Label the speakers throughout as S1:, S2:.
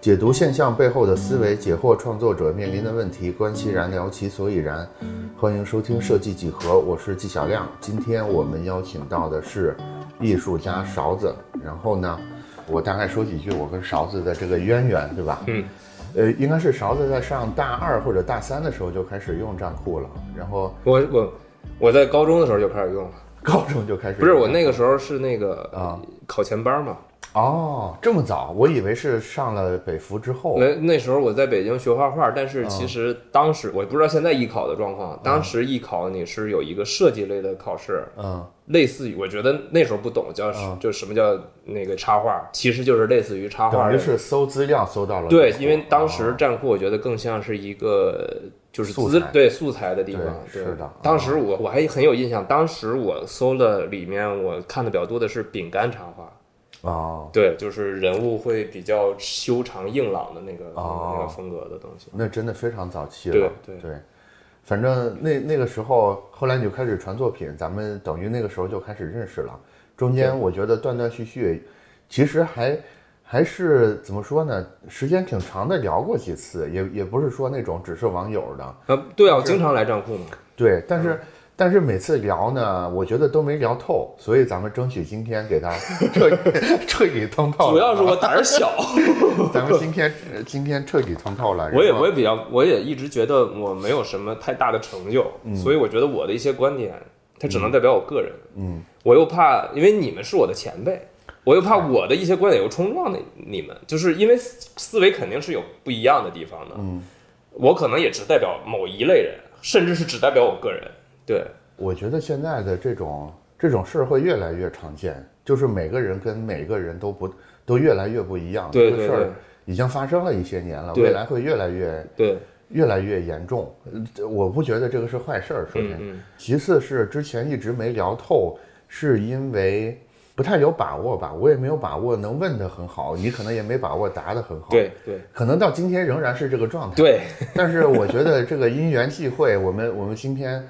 S1: 解读现象背后的思维，解惑创作者面临的问题，观其然，聊其所以然。欢迎收听设计几何，我是纪晓亮。今天我们邀请到的是艺术家勺子，然后呢，我大概说几句我跟勺子的这个渊源，对吧？
S2: 嗯，
S1: 呃，应该是勺子在上大二或者大三的时候就开始用站酷了，然后
S2: 我我我在高中的时候就开始用了，
S1: 高中就开始
S2: 不是我那个时候是那个
S1: 啊
S2: 考前班嘛，
S1: 哦，这么早，我以为是上了北服之后。
S2: 那那时候我在北京学画画，但是其实当时我不知道现在艺考的状况，当时艺考你是有一个设计类的考试，
S1: 嗯
S2: 类似于我觉得那时候不懂叫
S1: 啊
S2: 就什么叫那个插画，其实就是类似于插画
S1: 等
S2: 类
S1: 于
S2: 的，
S1: 是搜资料搜到了啊
S2: 对，
S1: 这个
S2: 因为当时站酷我觉得更像是一个。就是
S1: 素
S2: 资
S1: 材
S2: 对素材的地方，
S1: 对
S2: 对
S1: 是的嗯
S2: 当时我我还很有印象，当时我搜了里面我看的比较多的是饼干插画，
S1: 哦，
S2: 对，就是人物会比较修长硬朗的那个、
S1: 哦啊
S2: 那个风格的东西。
S1: 那真的非常早期
S2: 对
S1: 了。
S2: 对
S1: 反正那那个时候，后来你就开始传作品，咱们等于那个时候就开始认识了。中间我觉得断断续续，其实还还是怎么说呢，时间挺长的，聊过几次，也也不是说那种只是网友的，
S2: 啊，对啊，我经常来账库嘛。
S1: 对，但
S2: 嗯
S1: 是、但是每次聊呢，我觉得都没聊透，所以咱们争取今天给他 彻彻底通透了。啊
S2: 主要是我胆儿小，
S1: 咱们今天呃今天彻底通透了。
S2: 我也
S1: 然后
S2: 我也比较，我也一直觉得我没有什么太大的成就，所以我觉得我的一些观点，它只能代表我个人。
S1: 嗯，
S2: 我又怕，因为你们是我的前辈，我又怕我的一些观点又冲撞了你们，就是因为思思维肯定是有不一样的地方的。
S1: 嗯，
S2: 我可能也只代表某一类人，甚至是只代表我个人。对，
S1: 我觉得现在的这种这种事儿会越来越常见，就是每个人跟每个人都不都越来越不一样。这
S2: 对
S1: 个
S2: 对
S1: 事
S2: 对
S1: 儿已经发生了一些年了，
S2: 对
S1: 未来会越来越
S2: 对，
S1: 越来越严重。呃我不觉得这个是坏事儿，首先
S2: 嗯嗯，
S1: 其次是之前一直没聊透，是因为不太有把握吧，我也没有把握能问得很好，你可能也没把握答得很好。，
S2: 对对
S1: 可能到今天仍然是这个状态。
S2: 对，
S1: 但是我觉得这个因缘际会，我们我们今天，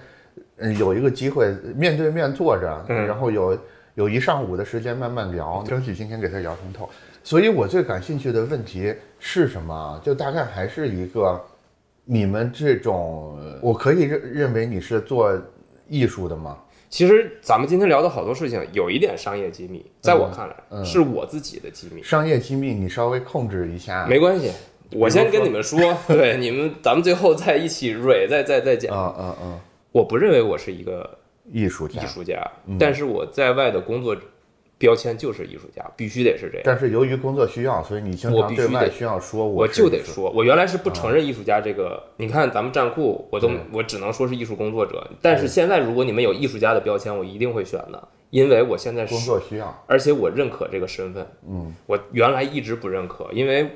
S1: 嗯，有一个机会面对面坐着，
S2: 嗯
S1: 然后有有一上午的时间慢慢聊，争取今天给他聊通透。所以我最感兴趣的问题是什么？啊就大概还是一个，你们这种，我可以认认为你是做艺术的吗？
S2: 其实咱们今天聊的好多事情，有一点商业机密，在我看来、
S1: 嗯
S2: 是我自己的机密，
S1: 商业机密你稍微控制一下，
S2: 没关系。我先跟你们啊说， 对你们，咱们最后再一起蕊，再再再讲。
S1: 啊啊啊，
S2: 我不认为我是一个
S1: 艺术家
S2: 艺。术家，但是啊嗯我在外的工作标签就是艺术家，必须得是这样。
S1: 但是由于工作需要，所以你经
S2: 我
S1: 常
S2: 必
S1: 对
S2: 须
S1: 外
S2: 得
S1: 需要说
S2: 我
S1: 我是
S2: 就得
S1: 艺术
S2: 说，我原来是不承认艺术家这个。你看咱们站酷，我都我只能说是艺术工作者。但是现在如果你们有艺术家的标签，我一定会选的，因为我现在是
S1: 工作需要，
S2: 而且我认可这个身份。嗯，我原来一直不认可，因为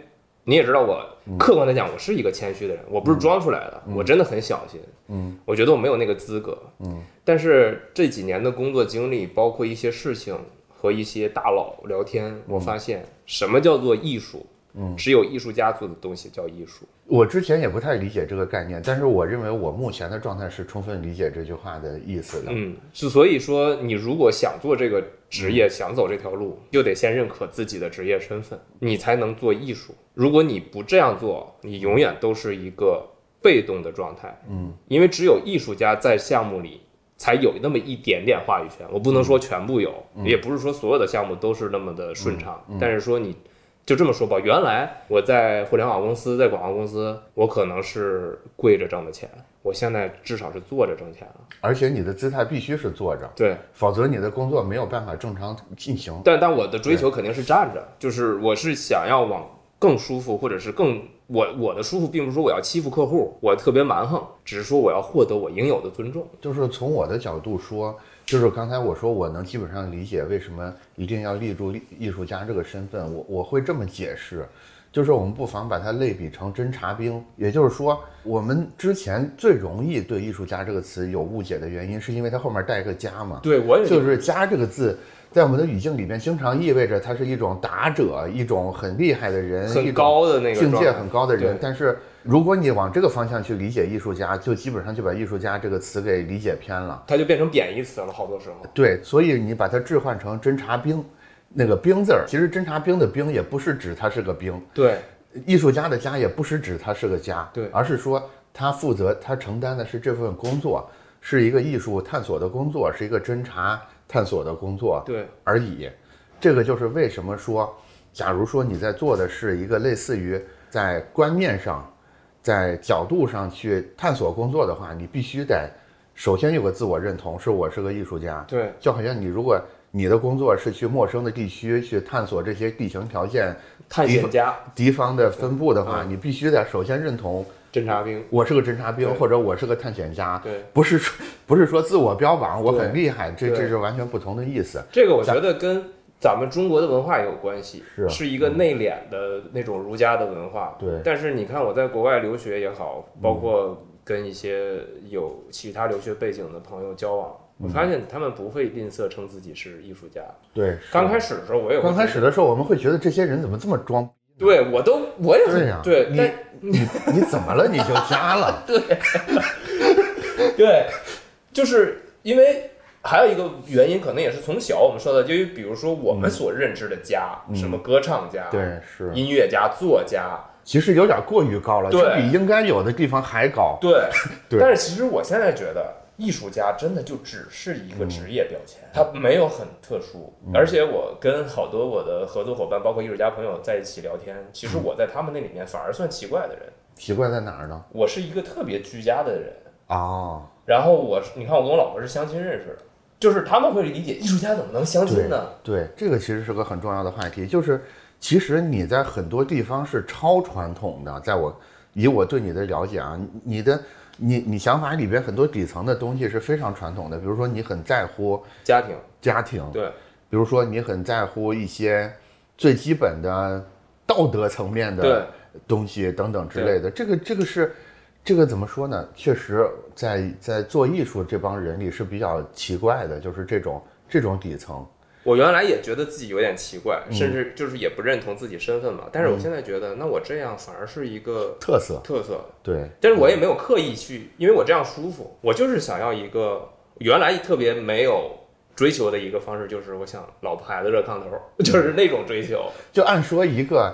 S2: 你也知道我，客观的讲，我是一个谦虚的人，我不是装出来的，我真的很小心。嗯，我觉得我没有那个资格。嗯，但是这几年的工作经历，包括一些事情和一些大佬聊天，我发现什么叫做艺术？嗯，只有艺术家做的东西叫艺术。
S1: 我之前也不太理解这个概念，但是我认为我目前的状态是充分理解这句话的意思的。
S2: 嗯，是所以说，你如果想做这个职业，想走这条路，就得先认可自己的职业身份，你才能做艺术。如果你不这样做，你永远都是一个被动的状态。嗯，因为只有艺术家在项目里才有那么一点点话语权。我不能说全部有，也不是说所有的项目都是那么的顺畅，但是说你。就这么说吧，原来我在互联网公司，在广告公司，我可能是跪着挣的钱，我现在至少是坐着挣钱了。
S1: 而且你的姿态必须是坐着，
S2: 对，
S1: 否则你的工作没有办法正常进行。
S2: 但但我的追求肯定是站着，就是我是想要往更舒服，或者是更我我的舒服，并不是说我要欺负客户，我特别蛮横，只是说我要获得我应有的尊重。
S1: 就是从我的角度说，就是刚才我说我能基本上理解为什么一定要立住艺艺术家这个身份，我我会这么解释，就是我们不妨把它类比成侦察兵，也就是说，我们之前最容易对艺术家这个词有误解的原因，是因为它后面带一个加嘛。
S2: 对我也
S1: 就是“家”这个字，在我们的语境里面，经常意味着他是一种打者，一种很厉害的人，一
S2: 很
S1: 种
S2: 高的那个
S1: 境
S2: 状
S1: 界
S2: 态
S1: 很高的人
S2: 对。
S1: 但是如果你往这个方向去理解艺术家，就基本上就把“艺术家”这个词给理解偏了。
S2: 它就变成贬义词了，好多时候。
S1: 对，所以你把它置换成侦察兵，那个“兵”字儿，其实侦察兵的“兵”也不是指他是个兵，
S2: 对
S1: 艺术家的家也不是指他是个家，
S2: 对
S1: 而是说他负责他承担的是这份工作，是一个艺术探索的工作，是一个侦查探索的工作
S2: 对，
S1: 而已。这个就是为什么说，假如说你在做的是一个类似于在观念上、在角度上去探索工作的话，你必须得首先有个自我认同，是我是个艺术家。
S2: 对，
S1: 就好像你如果你的工作是去陌生的地区去探索这些地形条件、
S2: 探险家、
S1: 敌方的分布的话，你必须得首先认同
S2: 侦察兵，
S1: 我是个侦察兵
S2: 对
S1: 或者我是个探险家，
S2: 对
S1: 不是说不是说自我标榜我
S2: 对
S1: 很厉害，这
S2: 对
S1: 这是完全不同的意思。
S2: 这个我觉得跟咱们中国的文化有关系，
S1: 是啊嗯
S2: 一个内敛的那种儒家的文化。
S1: 对嗯
S2: 但是你看我在国外留学也好，包括跟一些有其他留学背景的朋友交往，
S1: 嗯
S2: 我发现他们不会吝啬称自己是艺术家。
S1: 对，
S2: 刚开始的时候我也会
S1: 啊刚开始的时候，我们会觉得这些人怎么这么装？
S2: 对我都我也很
S1: 对呀
S2: 对，
S1: 你
S2: 但
S1: 你你怎么了？你就加了，
S2: 对，就是因为还有一个原因，可能也是从小我们受到，就比如说我们所认知的家，什么歌唱家、
S1: 嗯对，是，
S2: 音乐家、作家，
S1: 其实有点过于高了，就
S2: 对
S1: 比应该有的地方还高。
S2: 对
S1: 对
S2: 但是其实我现在觉得，艺术家真的就只是一个职业标签，它没有很特殊。而且我跟好多我的合作伙伴，包括艺术家朋友在一起聊天，其实我在他们那里面反而算奇怪的人，
S1: 奇怪在哪儿呢？
S2: 我是一个特别居家的人。
S1: 哦，
S2: 然后我是，你看我跟我老婆是相亲认识的，就是他们会理解艺术家怎么能相亲呢？
S1: 对，这个其实是个很重要的话题，就是其实你在很多地方是超传统的，在我以我对你的了解啊，你的你你想法里边很多底层的东西是非常传统的，比如说你很在乎
S2: 家庭
S1: 家庭，
S2: 对
S1: 比如说你很在乎一些最基本的道德层面
S2: 对
S1: 的东西等等之类的，这个这个是。这个怎么说呢？确实在，在做艺术这帮人里是比较奇怪的，就是这种这种底层，
S2: 我原来也觉得自己有点奇怪，甚至就是也不认同自己身份嘛。但是我现在觉得，那我这样反而是一个
S1: 特色。
S2: 特色，
S1: 对，
S2: 但是我也没有刻意去，因为我这样舒服，我就是想要一个原来特别没有追求的一个方式，就是我想老婆孩子热炕头， 就是那种追求。
S1: 就按说一个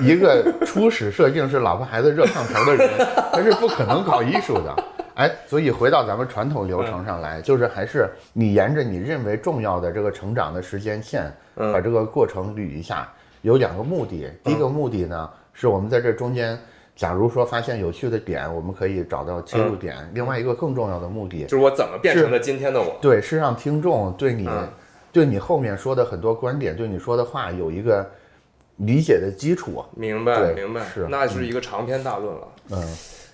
S1: 一个初始设定是老婆孩子热炕头的人，他是不可能搞艺术的。哎，所以回到咱们传统流程上来，就是还是你沿着你认为重要的这个成长的时间线，
S2: 嗯
S1: 把这个过程捋一下。有两个目的，第一个目的呢，是我们在这中间，假如说发现有趣的点，我们可以找到切入点。另外一个更重要的目的
S2: 就是我怎么变成了今天的我？
S1: 对，嗯是让听众对你、
S2: 嗯
S1: 对你后面说的很多观点，对你说的话有一个理解的基础。
S2: 明白，
S1: 对
S2: 明白，
S1: 是
S2: 那是一个长篇大论了。
S1: 嗯，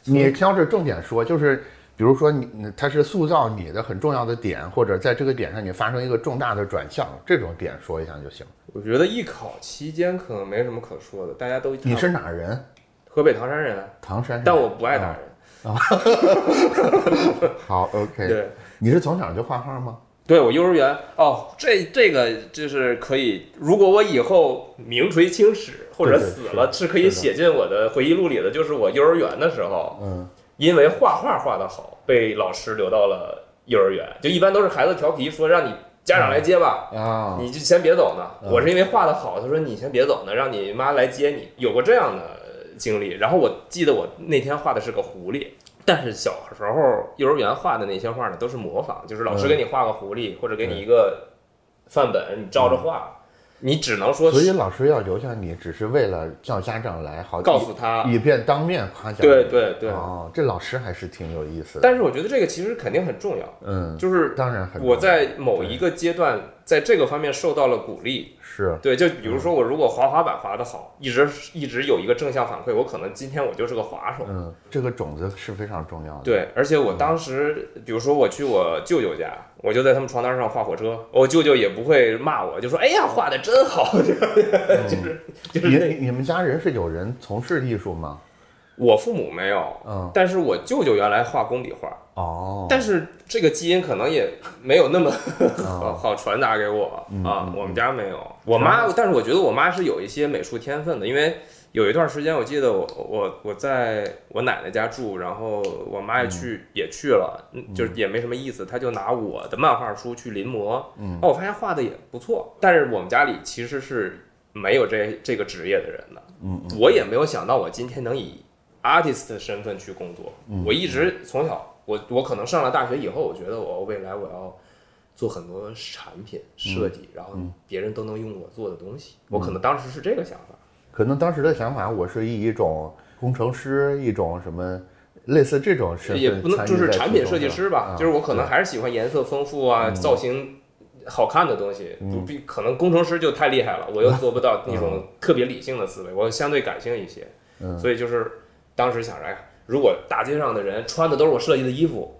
S1: 你挑着重点说，就是比如说你，你它是塑造你的很重要的点，或者在这个点上你发生一个重大的转向，这种点说一下就行。
S2: 我觉得艺考期间可能没什么可说的，大家都
S1: 你是哪儿人？
S2: 河北唐山人啊，
S1: 唐山人。
S2: 但我不爱打人。
S1: 哦好，OK。
S2: 对，
S1: 你是从小就画画吗？
S2: 对我幼儿园哦，这这个就是可以，如果我以后名垂青史或者
S1: 对对
S2: 死了，
S1: 是
S2: 是可以
S1: 是的
S2: 写进我的回忆录里的，就是我幼儿园的时候，
S1: 嗯，
S2: 因为画画画得好，被老师留到了幼儿园。就一般都是孩子调皮说让你家长来接吧，
S1: 啊，嗯
S2: 你就先别走呢。我是因为画得好，他说你先别走呢，让你妈来接你。有过这样的经历。然后我记得我那天画的是个狐狸，但是小时候幼儿园画的那些画呢，都是模仿，就是老师
S1: 嗯
S2: 给你画个狐狸，或者给你一个范本，你照着画，你只能说
S1: 嗯所以
S2: 是
S1: 老师要留下你，只是为了叫家长来好
S2: 告诉他。
S1: 以便当面夸奖你。
S2: 对对对。
S1: 哦，这老师还是挺有意思的。
S2: 但是我觉得这个其实肯定很重要，
S1: 嗯，
S2: 就是
S1: 当然很重要。
S2: 我在某一个阶段，在这个方面受到了鼓励。
S1: 是
S2: 对，就比如说我如果滑滑板滑得好，一直一直有一个正向反馈，我可能今天我就是个滑手。
S1: 嗯，这个种子是非常重要的。，
S2: 对，而且我当时，比如说我去我舅舅家，我就在他们床单上画火车，我舅舅也不会骂我，就说：“哎呀，画的真好。”就是就是那
S1: 你你们家人是有人从事艺术吗？
S2: 我父母没有，
S1: 嗯，
S2: 但是我舅舅原来画工笔画，
S1: 哦，
S2: 但是这个基因可能也没有那么好 好传达给我啊，我们家没有。我妈，但是我觉得我妈是有一些美术天分的，因为有一段时间我记得我我我在我奶奶家住，然后我妈也去、也去了，嗯就是也没什么意思，她就拿我的漫画书去临摹，嗯，哦，我发现画的也不错，但是我们家里其实是没有这这个职业的人的。嗯，我也没有想到我今天能以 artist 的身份去工作。
S1: 嗯
S2: 我一直从小，我我可能上了大学以后，我觉得我未来我要做很多产品设
S1: 嗯
S2: 计，然后别人都能用我做的东西。我可能当时是这个想法。
S1: 可能当时的想法，我是以一种工程师，一种什么类似这种身份
S2: 也不能
S1: 参与
S2: 就是
S1: 在
S2: 产
S1: 其
S2: 品
S1: 中
S2: 设计
S1: 的
S2: 师吧，
S1: 啊嗯
S2: 就是我可能还是喜欢颜色丰富啊、造型好看的东西。不必可能工程师就太厉害了，我又做不到那
S1: 啊
S2: 种特别理性的思维，我相对感性一些。
S1: 嗯
S2: 所以就是当时想着，哎呀，如果大街上的人穿的都是我设计的衣服，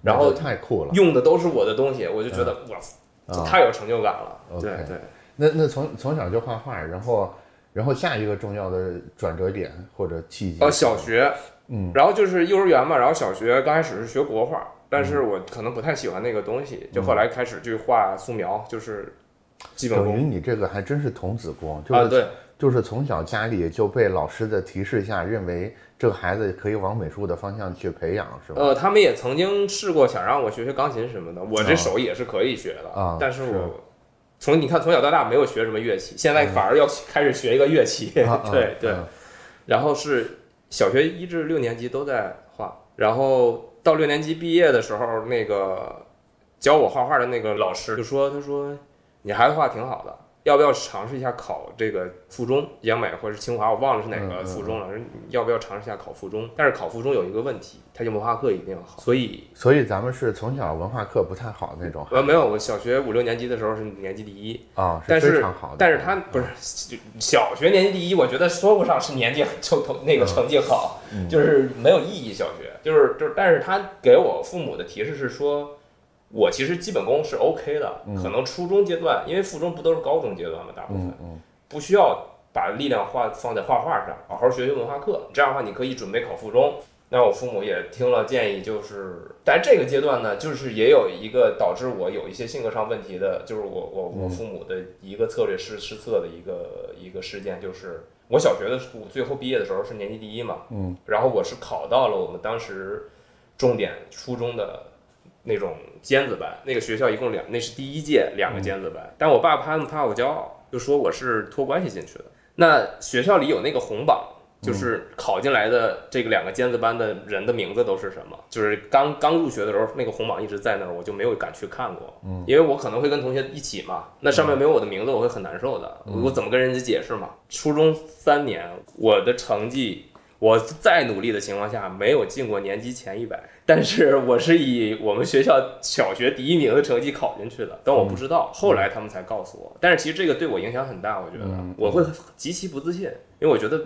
S2: 然后
S1: 那太酷了。
S2: 用的都是我的东西，我就觉得哇塞，这
S1: 啊
S2: 太有成就感了。
S1: OK
S2: 对对，
S1: 那那从从小就画画，然后然后下一个重要的转折点或者契机，
S2: 呃，小学，
S1: 嗯，
S2: 然后就是幼儿园嘛，然后小学刚开始是学国画，但
S1: 嗯
S2: 是我可能不太喜欢那个东西，就后来开始去画素描，就是基本
S1: 等于
S2: 功
S1: 你这个还真是童子功，就是、
S2: 啊，对，
S1: 就是从小家里就被老师的提示下，认为这个孩子可以往美术的方向去培养，是吧？
S2: 呃，他们也曾经试过想让我学学钢琴什么的，我这手也是可以学的，
S1: 啊
S2: 但是
S1: 是
S2: 我从你看从小到大没有学什么乐器，现在反而要开始学一个乐器，
S1: 嗯啊啊
S2: 对对，
S1: 啊
S2: 然后是小学一至六年级都在画，然后到六年级毕业的时候，那个教我画画的那个老师就说：“他说你还画挺好的，要不要尝试一下考这个附中，央美或者是清华，我忘了是哪个附中了。说你要不要尝试一下考附中？但是考附中有一个问题，它就文化课一定要好，所以
S1: 所以咱们是从小文化课不太好那种
S2: 呃没有，我小学五六年级的时候是年级第一，
S1: 啊，
S2: 但
S1: 非
S2: 是
S1: 常好的。嗯
S2: 但是他不是就小学年级第一，我觉得说不上是年级就同那
S1: 嗯
S2: 个成绩好，就是没有意义。小学就是就是，但是他给我父母的提示是说，我其实基本功是 OK 的，可能初中阶段，因为附中不都是高中阶段嘛，大部分、
S1: 嗯嗯
S2: 不需要把力量画放在画画上，好好学学文化课。这样的话，你可以准备考附中。那我父母也听了建议，就是，但这个阶段呢，就是也有一个导致我有一些性格上问题的，就是我我我父母的一个策略失失策的一个一个事件，就是我小学的时候，我最后毕业的时候是年级第一嘛，
S1: 嗯，
S2: 然后我是考到了我们当时重点初中的那种尖子班，那个学校一共两，那是第一届两个尖子班，但我爸怕怕我骄傲，就说我是托关系进去的。那学校里有那个红榜，就是考进来的这个两个尖子班的人的名字都是什么？就是刚刚入学的时候，那个红榜一直在那儿，我就没有敢去看过，嗯，因为我可能会跟同学一起嘛，那上面没有我的名字，我会很难受的，我怎么跟人家解释嘛？初中三年，我的成绩。我再努力的情况下，没有进过年级前一百，但是我是以我们学校小学第一名的成绩考进去的，但我不知道，后来他们才告诉我。但是其实这个对我影响很大，我觉得我会极其不自信，因为我觉得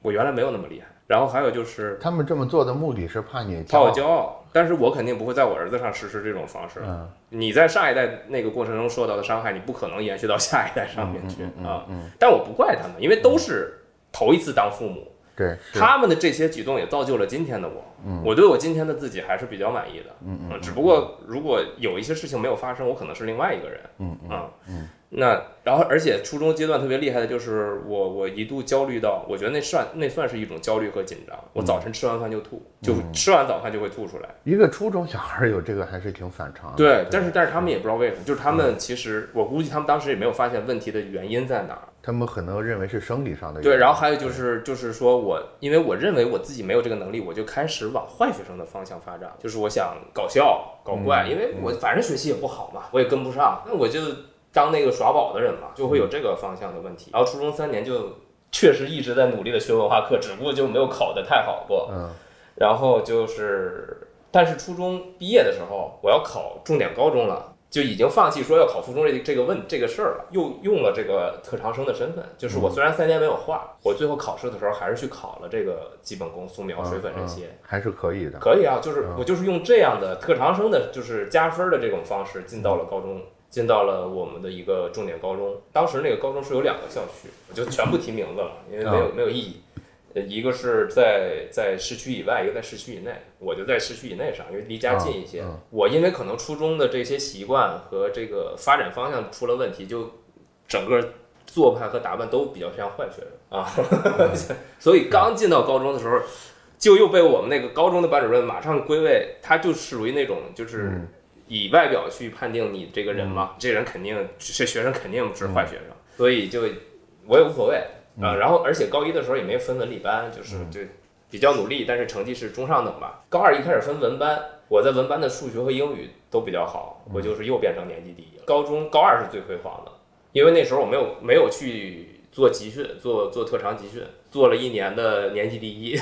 S2: 我原来没有那么厉害。然后还有就是
S1: 他们这么做的目的是怕你
S2: 怕我
S1: 骄
S2: 骄傲，但是我肯定不会在我儿子上实施这种方式。
S1: 嗯
S2: 你在上一代那个过程中受到的伤害，你不可能延续到下一代上面去
S1: 嗯嗯嗯
S2: 啊。但我不怪他们，因为都是头一次当父母，
S1: 对，是
S2: 他们的这些举动也造就了今天的我。我对我今天的自己还是比较满意的。嗯只不过如果有一些事情没有发生，我可能是另外一个人。
S1: 嗯
S2: 啊，那然后而且初中阶段特别厉害的就是我，我一度焦虑到，我觉得那算那算是一种焦虑和紧张。我早晨吃完饭就吐，就吃完早饭就会吐出来。
S1: 一个初中小孩有这个还是挺反常的。
S2: 嗯对，嗯但是但是他们也不知道为什么，就是他们其实我估计他们当时也没有发现问题的原因在哪儿。
S1: 他们可能认为是生理上的原因。
S2: 对，然后还有就是就是说我，因为我认为我自己没有这个能力，我就开始往坏学生的方向发展，就是我想搞笑、搞怪，
S1: 嗯
S2: 因为我反正学习也不好嘛，我也跟不上，那我就当那个耍宝的人嘛，就
S1: 嗯
S2: 会有这个方向的问题。然后初中三年就确实一直在努力的学文化课，只不过就没有考得太好过。
S1: 嗯，
S2: 然后就是，但是初中毕业的时候，我要考重点高中了，就已经放弃说要考附中这这个问这个事儿了，又用了这个特长生的身份。就是我虽然三年没有画，我最后考试的时候还是去考了这个基本功、素描、
S1: 嗯
S2: 水粉这
S1: 嗯
S2: 些。
S1: 还是可 以的。
S2: 可以啊，就是我就是用这样的特长生的，就是加分的这种方式进到了高中，进到了我们的一个重点高中。当时那个高中是有两个校区，我就全部提名字了，因为没有没有意义。呃一个是在在市区以外，一个在市区以内，我就在市区以内上，因为离家近一些。
S1: 嗯嗯
S2: 我因为可能初中的这些习惯和这个发展方向出了问题，就整个做派和打扮都比较像坏学生啊， 所以刚进到高中的时候，就又被我们那个高中的班主任马上归为，他就属于那种就是以外表去判定你这个人嘛，这人肯定这学生肯定是坏学生，所以就我也无所谓啊、然后而且高一的时候也没分文理班，就是对比较努力，但是成绩是中上等吧。高二一开始分文班，我在文班的数学和英语都比较好，我就是又变成年级第一了。高中高二是最辉煌的，因为那时候我没有没有去做集训，做做特长集训，做了一年的年级第一。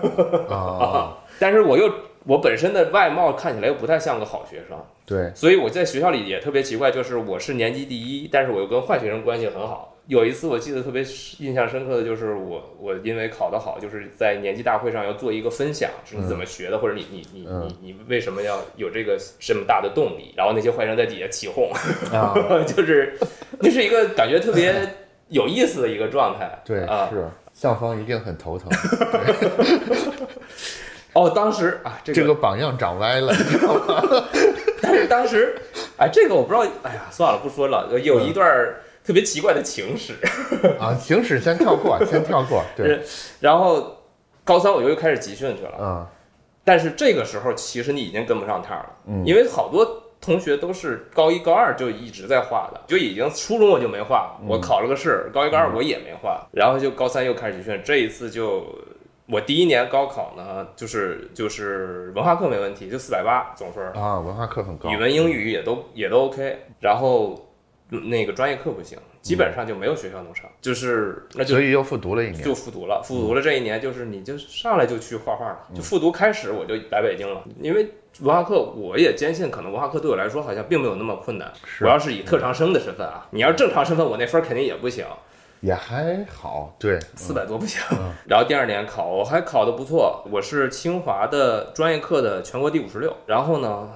S1: 啊，
S2: 但是我又我本身的外貌看起来又不太像个好学生，
S1: 对，
S2: 所以我在学校里也特别奇怪，就是我是年级第一，但是我又跟坏学生关系很好。有一次我记得特别印象深刻的就是我我因为考得好，就是在年级大会上要做一个分享，是你怎么学的，或者你你你
S1: 嗯
S2: 你你为什么要有这个这么大的动力？然后那些坏学生在底下起哄，
S1: 啊，
S2: 就是那是一个感觉特别有意思的一个状态。
S1: 对，
S2: 啊，
S1: 是校方一定很头 疼，
S2: 哦，当时啊这
S1: 这个榜样长歪了，
S2: 但是当时，哎，这个我不知道，哎呀，算了，不说了。
S1: 嗯
S2: 有一段儿特别奇怪的情史，
S1: 啊，行驶先跳过，先跳过， 对，
S2: 然后高三我就又开始集训去了。
S1: 啊，
S2: 但是这个时候，其实你已经跟不上趟了，
S1: 嗯
S2: 因为好多同学都是高一高二就一直在画的，就已经初中我就没画，
S1: 嗯
S2: 我考了个试，高一高二我也没画，然后就高三又开始集训，这一次就。我第一年高考呢，就是就是文化课没问题，就四百八总分儿，
S1: 啊，文化课很高，
S2: 语文、英语也都也都 OK，然后嗯那个专业课不行，基本上就没有学校能上，就是那就
S1: 所以又复读了一年，
S2: 就复读了，复读了这一年就是你就上来就去画画了，
S1: 嗯
S2: 就复读开始我就来北京了，因为文化课我也坚信，可能文化课对我来说好像并没有那么困难。
S1: 是
S2: 我要是以特长生的身份啊，你要是正常身份，我那分儿肯定也不行，
S1: 也还好，对，
S2: 四百多不行。 然后第二年考，我还考得不错，我是清华的专业课的全国第五十六。然后呢，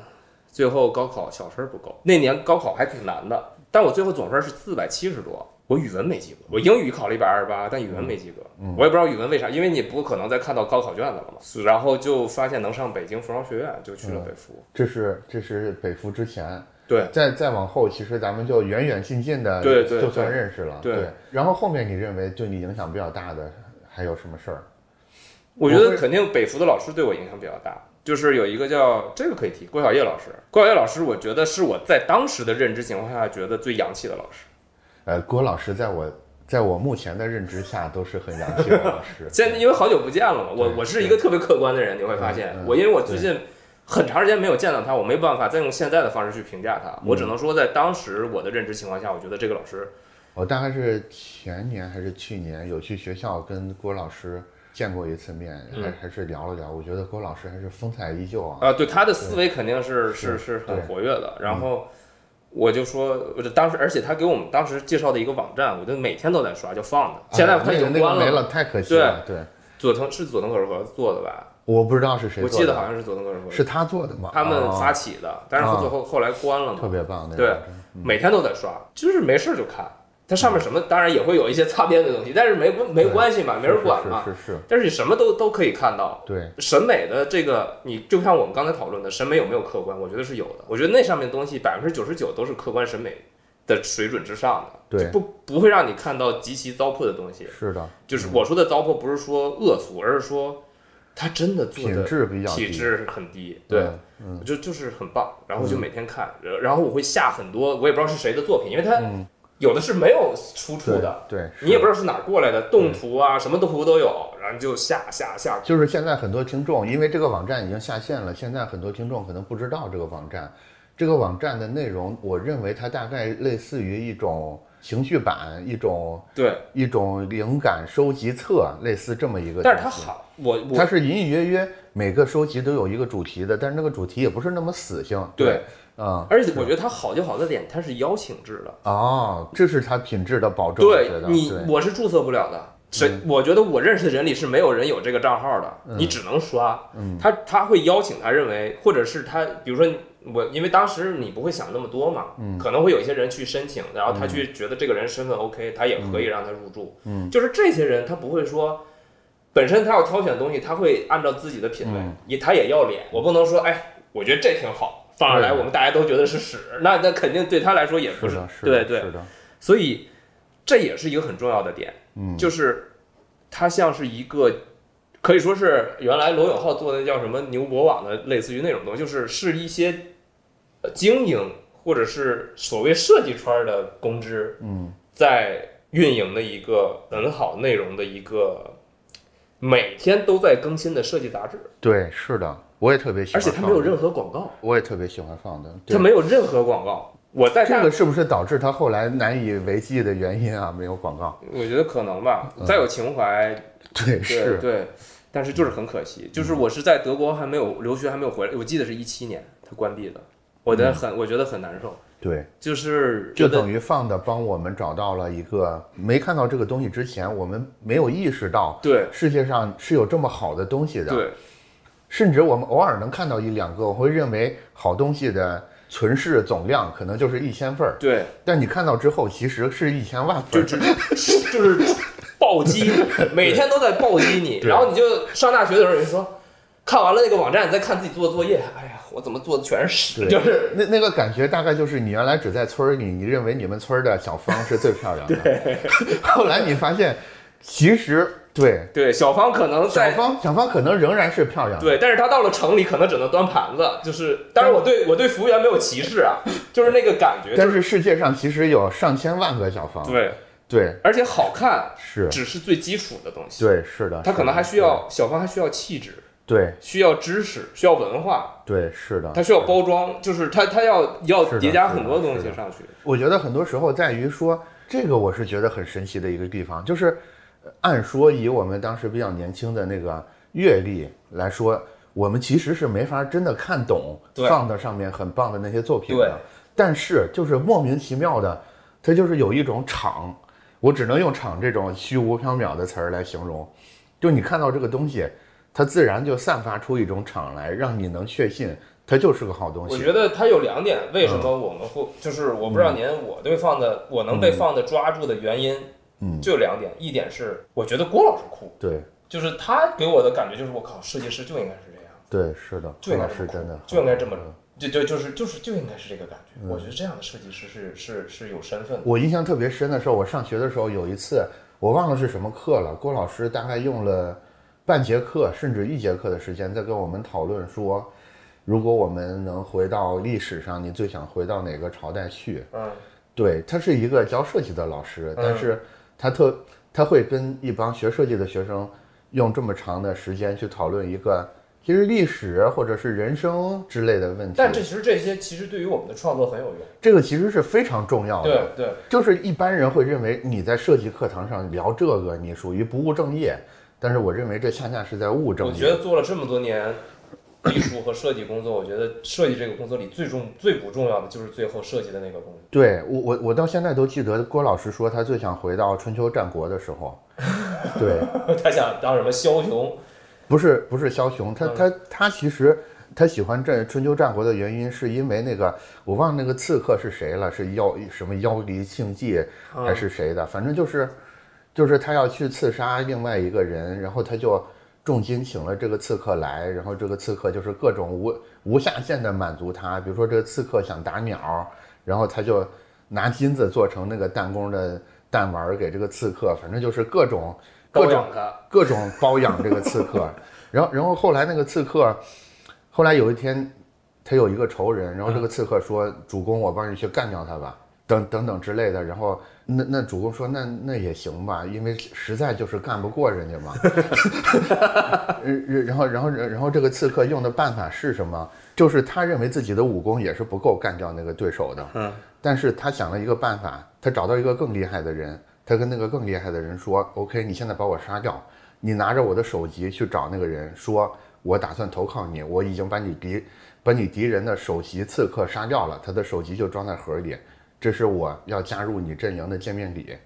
S2: 最后高考小分儿不够，那年高考还挺难的，但我最后总分是四百七十多。我语文没及格，我英语考了一百二十八，但语文没及格。我也不知道语文为啥，因为你不可能再看到高考卷子了嘛。然后就发现能上北京服装学院，就去了北服。
S1: 这是这是北服之前，
S2: 对，
S1: 再再往后，其实咱们就远远近近的，
S2: 对对
S1: 就算认识了，
S2: 对
S1: 然后后面你认为对你影响比较大的还有什么事儿？
S2: 我觉得肯定北服的老师对我影响比较大，就是有一个叫这个可以提郭晓叶老师，郭晓叶老师，我觉得是我在当时的认知情况下觉得最洋气的老师。，
S1: 呃，郭老师在我在我目前的认知下都是很洋气的老师
S2: 现在因为好久不见了嘛，我
S1: 对
S2: 我是一个特别客观的人，你会发现
S1: 嗯嗯
S2: 我，因为我最近很长时间没有见到他，我没办法再用现在的方式去评价
S1: 嗯
S2: 他，我只能说在当时我的认知情况下，我觉得这个老师
S1: 我大概是前年还是去年有去学校跟郭老师见过一次面，还还是聊了聊。我觉得郭老师还是风采依旧啊。
S2: 啊，对他的思维肯定是是是
S1: 对
S2: 很
S1: 嗯
S2: 活跃的。然后我就说，我就当时，而且他给我们当时介绍的一个网站，我就每天都在刷，叫 Found，现在
S1: 哎
S2: 他已
S1: 那个
S2: 经
S1: 那
S2: 关
S1: 个没
S2: 了。
S1: 了，太可惜了。对，
S2: 佐藤是佐藤可士和做的吧？
S1: 我不知道是谁
S2: 我
S1: 做
S2: 记得
S1: 的，
S2: 好像是佐藤可士和，
S1: 是他做的吗？
S2: 他们
S1: 哦
S2: 发起的，但是
S1: 啊
S2: 最后后来关了嘛。
S1: 特别棒那
S2: 对
S1: 个。
S2: 每天都在刷，就是没事儿就看。它上面
S1: 嗯
S2: 什么当然也会有一些擦边的东西，但是没关没关系嘛，没人管嘛。
S1: 是是是是，
S2: 但是你什么都都可以看到。
S1: 对，
S2: 审美的这个，你就像我们刚才讨论的，审美有没有客观？我觉得是有的。我觉得那上面的东西百分之九十九都是客观审美的水准之上的，
S1: 对
S2: 就不不会让你看到极其糟粕的东西。
S1: 是的，
S2: 就是我说的糟粕，不是说恶俗，而是说它真的做
S1: 品
S2: 的
S1: 质比较
S2: 体
S1: 低。
S2: 质很低，嗯对
S1: 对，，
S2: 就就是很棒，然后就每天看，然然后我会下很多，我也不知道是谁的作品，因为他有的是没有出处
S1: 对
S2: 的，
S1: 对，
S2: 你也不知嗯道是哪儿过来的，动图啊，什么动图都有，然后就下下下，
S1: 就是现在很多听众，因为这个网站已经下线了，现在很多听众可能不知道这个网站。这个网站的内容，我认为它大概类似于一种情绪版，一种
S2: 对，
S1: 一种灵感收集册，类似这么一个东西。
S2: 但是它好，我
S1: 它
S2: 我
S1: 是隐隐约约每个收集都有一个主题的，但是那个主题也不是那么死性。
S2: 对，，
S1: 嗯，
S2: 而且我觉得它好就好在点，它是邀请制的，
S1: 哦，这是它品质的保证。我
S2: 对
S1: 觉得
S2: 你
S1: 对嗯
S2: 我是注册不了的。谁？我觉得我认识的人里是没有人有这个账号的，你只能刷。
S1: 嗯
S2: 他他会邀请他认为，或者是他，比如说我，因为当时你不会想那么多嘛，
S1: 嗯
S2: 可能会有一些人去申请，然后他去觉得这个人身份 OK，他也可
S1: 嗯
S2: 以让他入住。就是这些人他不会说，本身他要挑选东西，他会按照自己的品味，
S1: 嗯
S2: 也他也要脸。我不能说，哎，我觉得这挺好，放上来
S1: 对
S2: 我们大家都觉得是屎，那那肯定对他来说也不
S1: 是的，是
S2: 对
S1: 的，
S2: 对。
S1: 是的，
S2: 所以这也是一个很重要的点，
S1: 嗯
S2: 就是它像是一个可以说是原来罗永浩做的叫什么牛博网的，类似于那种东西，就是是一些呃精英或者是所谓设计圈儿的公知，
S1: 嗯，
S2: 在运营的一个很好内容的一个每天都在更新的设计杂志，
S1: 对，是的，我也特别喜
S2: 而
S1: 欢
S2: 且
S1: 放，
S2: 它没有任何广告，
S1: 我也特别喜欢放的，对
S2: 它没有任何广告。我在大
S1: 这个是不是导致他后来难以为继的原因啊？没有广告，
S2: 我觉得可能吧，
S1: 嗯
S2: 再有情怀，
S1: 对，
S2: 对
S1: 是，嗯
S2: 对，但是就是很可惜，就是我是在德国还没有留学还没有回来，我记得是一七年它关闭的，我觉得
S1: 嗯
S2: 很我觉得很难受，
S1: 对，
S2: 就是
S1: 就
S2: 觉得
S1: 等于放的帮我们找到了一个没看到这个东西之前，我们没有意识到
S2: 对
S1: 世界上是有这么好的东西的，
S2: 对
S1: 甚至我们偶尔能看到一两个，我会认为好东西的存世总量可能就是一千份儿，
S2: 对，
S1: 但你看到之后其实是一千万份
S2: 就
S1: 儿，
S2: 只 就是暴击你， 每天都在暴击你，
S1: 对
S2: 然后你就上大学的时候，你说看完了那个网站，你再看自己做的作业，哎呀，我怎么做的全是屎，
S1: 对
S2: 就是
S1: 那那个感觉大概就是你原来只在村儿里，你认为你们村儿的小芳 是最漂亮的，后来你发现其实对。
S2: 对小芳可能
S1: 小
S2: 在。
S1: 芳，小芳可能仍然是漂亮的，
S2: 对，但是他到了城里，可能只能端盘子，就是，当然我对我对服务员没有歧视啊，就是那个感觉，
S1: 但是世界上其实有上千万个小芳，
S2: 对，
S1: 对，
S2: 而且好看
S1: 是，
S2: 只是最基础的东西，
S1: 对，是的，
S2: 他
S1: 是
S2: 可能
S1: 的
S2: 还需，要小芳还需要气质，
S1: 对，
S2: 需要知识，需要文化，
S1: 对，对是的，
S2: 他需要包装，就是他他要要
S1: 啊是的
S2: 叠加
S1: 是的
S2: 很多东
S1: 是
S2: 西
S1: 的
S2: 上去，
S1: 我觉得很多时候在于说，这个我是觉得很神奇的一个地方，就是呃按说以我们当时比较年轻的那个阅历来说，我们其实是没法真的看懂
S2: 对
S1: 放到上面很棒的那些作品
S2: 对
S1: 的，但是就是莫名其妙的，它就是有一种场，我只能用“场”这种虚无缥缈的词儿来形容，就你看到这个东西，它自然就散发出一种场来，让你能确信它就是个好东
S2: 我
S1: 西。
S2: 觉得它有两点，为什么
S1: 嗯
S2: 我们会、就是我不知道您我对放的我能被放的抓住的原因，
S1: 嗯
S2: 就有两点，一点是我觉得郭老师酷，
S1: 对
S2: 就是他给我的感觉就是我靠，设计师就应该是这样，
S1: 对，是的，
S2: 就应该
S1: 老
S2: 这么
S1: 师
S2: 酷
S1: 真的嗯
S2: 就应该这么。就就就是就是就应该是这个感觉，我觉得这样的设计师是是是有身份的，
S1: 我印象特别深的时候，我上学的时候有一次，我忘了是什么课了，郭老师大概用了半节课甚至一节课的时间在跟我们讨论说，如果我们能回到历史上，你最想回到哪个朝代去？
S2: 嗯，
S1: 对，他是一个教设计的老师，但
S2: 嗯
S1: 是他特他会跟一帮学设计的学生用这么长的时间去讨论一个其实历史或者是人生之类的问题，
S2: 但这其实这些其实对于我们的创作很有用，
S1: 这个其实是非常重要的。
S2: 对对，
S1: 就是一般人会认为你在设计课堂上聊这个，你属于不务正业。但是我认为这恰恰是在务
S2: 我
S1: 正
S2: 觉
S1: 业。
S2: 得做了这么多年艺术和设计工作，我觉得设计这个工作里最重最不重要的就是最后设计的那个工作。
S1: 对我，我我到现在都记得郭老师说他最想回到春秋战国的时候。对，
S2: 他想当什么枭雄？
S1: 不是不是枭雄，他他他其实他喜欢这春秋战国的原因，是因为那个我忘了那个刺客是谁了，是妖什么妖离庆忌还是谁的，反正就是就是他要去刺杀另外一个人，然后他就重金请了这个刺客来，然后这个刺客就是各种无无下限的满足他，比如说这个刺客想打鸟，然后他就拿金子做成那个弹弓的弹丸儿给这个刺客，反正就是各种各
S2: 包
S1: 种
S2: 养他，
S1: 各种包养这个刺客。 然后，然后后来那个刺客，后来有一天，他有一个仇人，然后这个刺客说：“主公，我帮你去干掉他吧。”等等等之类的，然后那那主公说那那也行吧，因为实在就是干不过人家嘛。 然然后然后然后这个刺客用的办法是什么？就是他认为自己的武功也是不够干掉那个对手的，
S2: 嗯，
S1: 但是他想了一个办法，他找到一个更厉害的人，他跟那个更厉害的人说：“OK，你现在把我杀掉，你拿着我的首级去找那个人，说我打算投靠你，我已经把你敌把你敌人的首席刺客杀掉了，他的首级就装在盒里，这是我要加入你阵营的见面礼，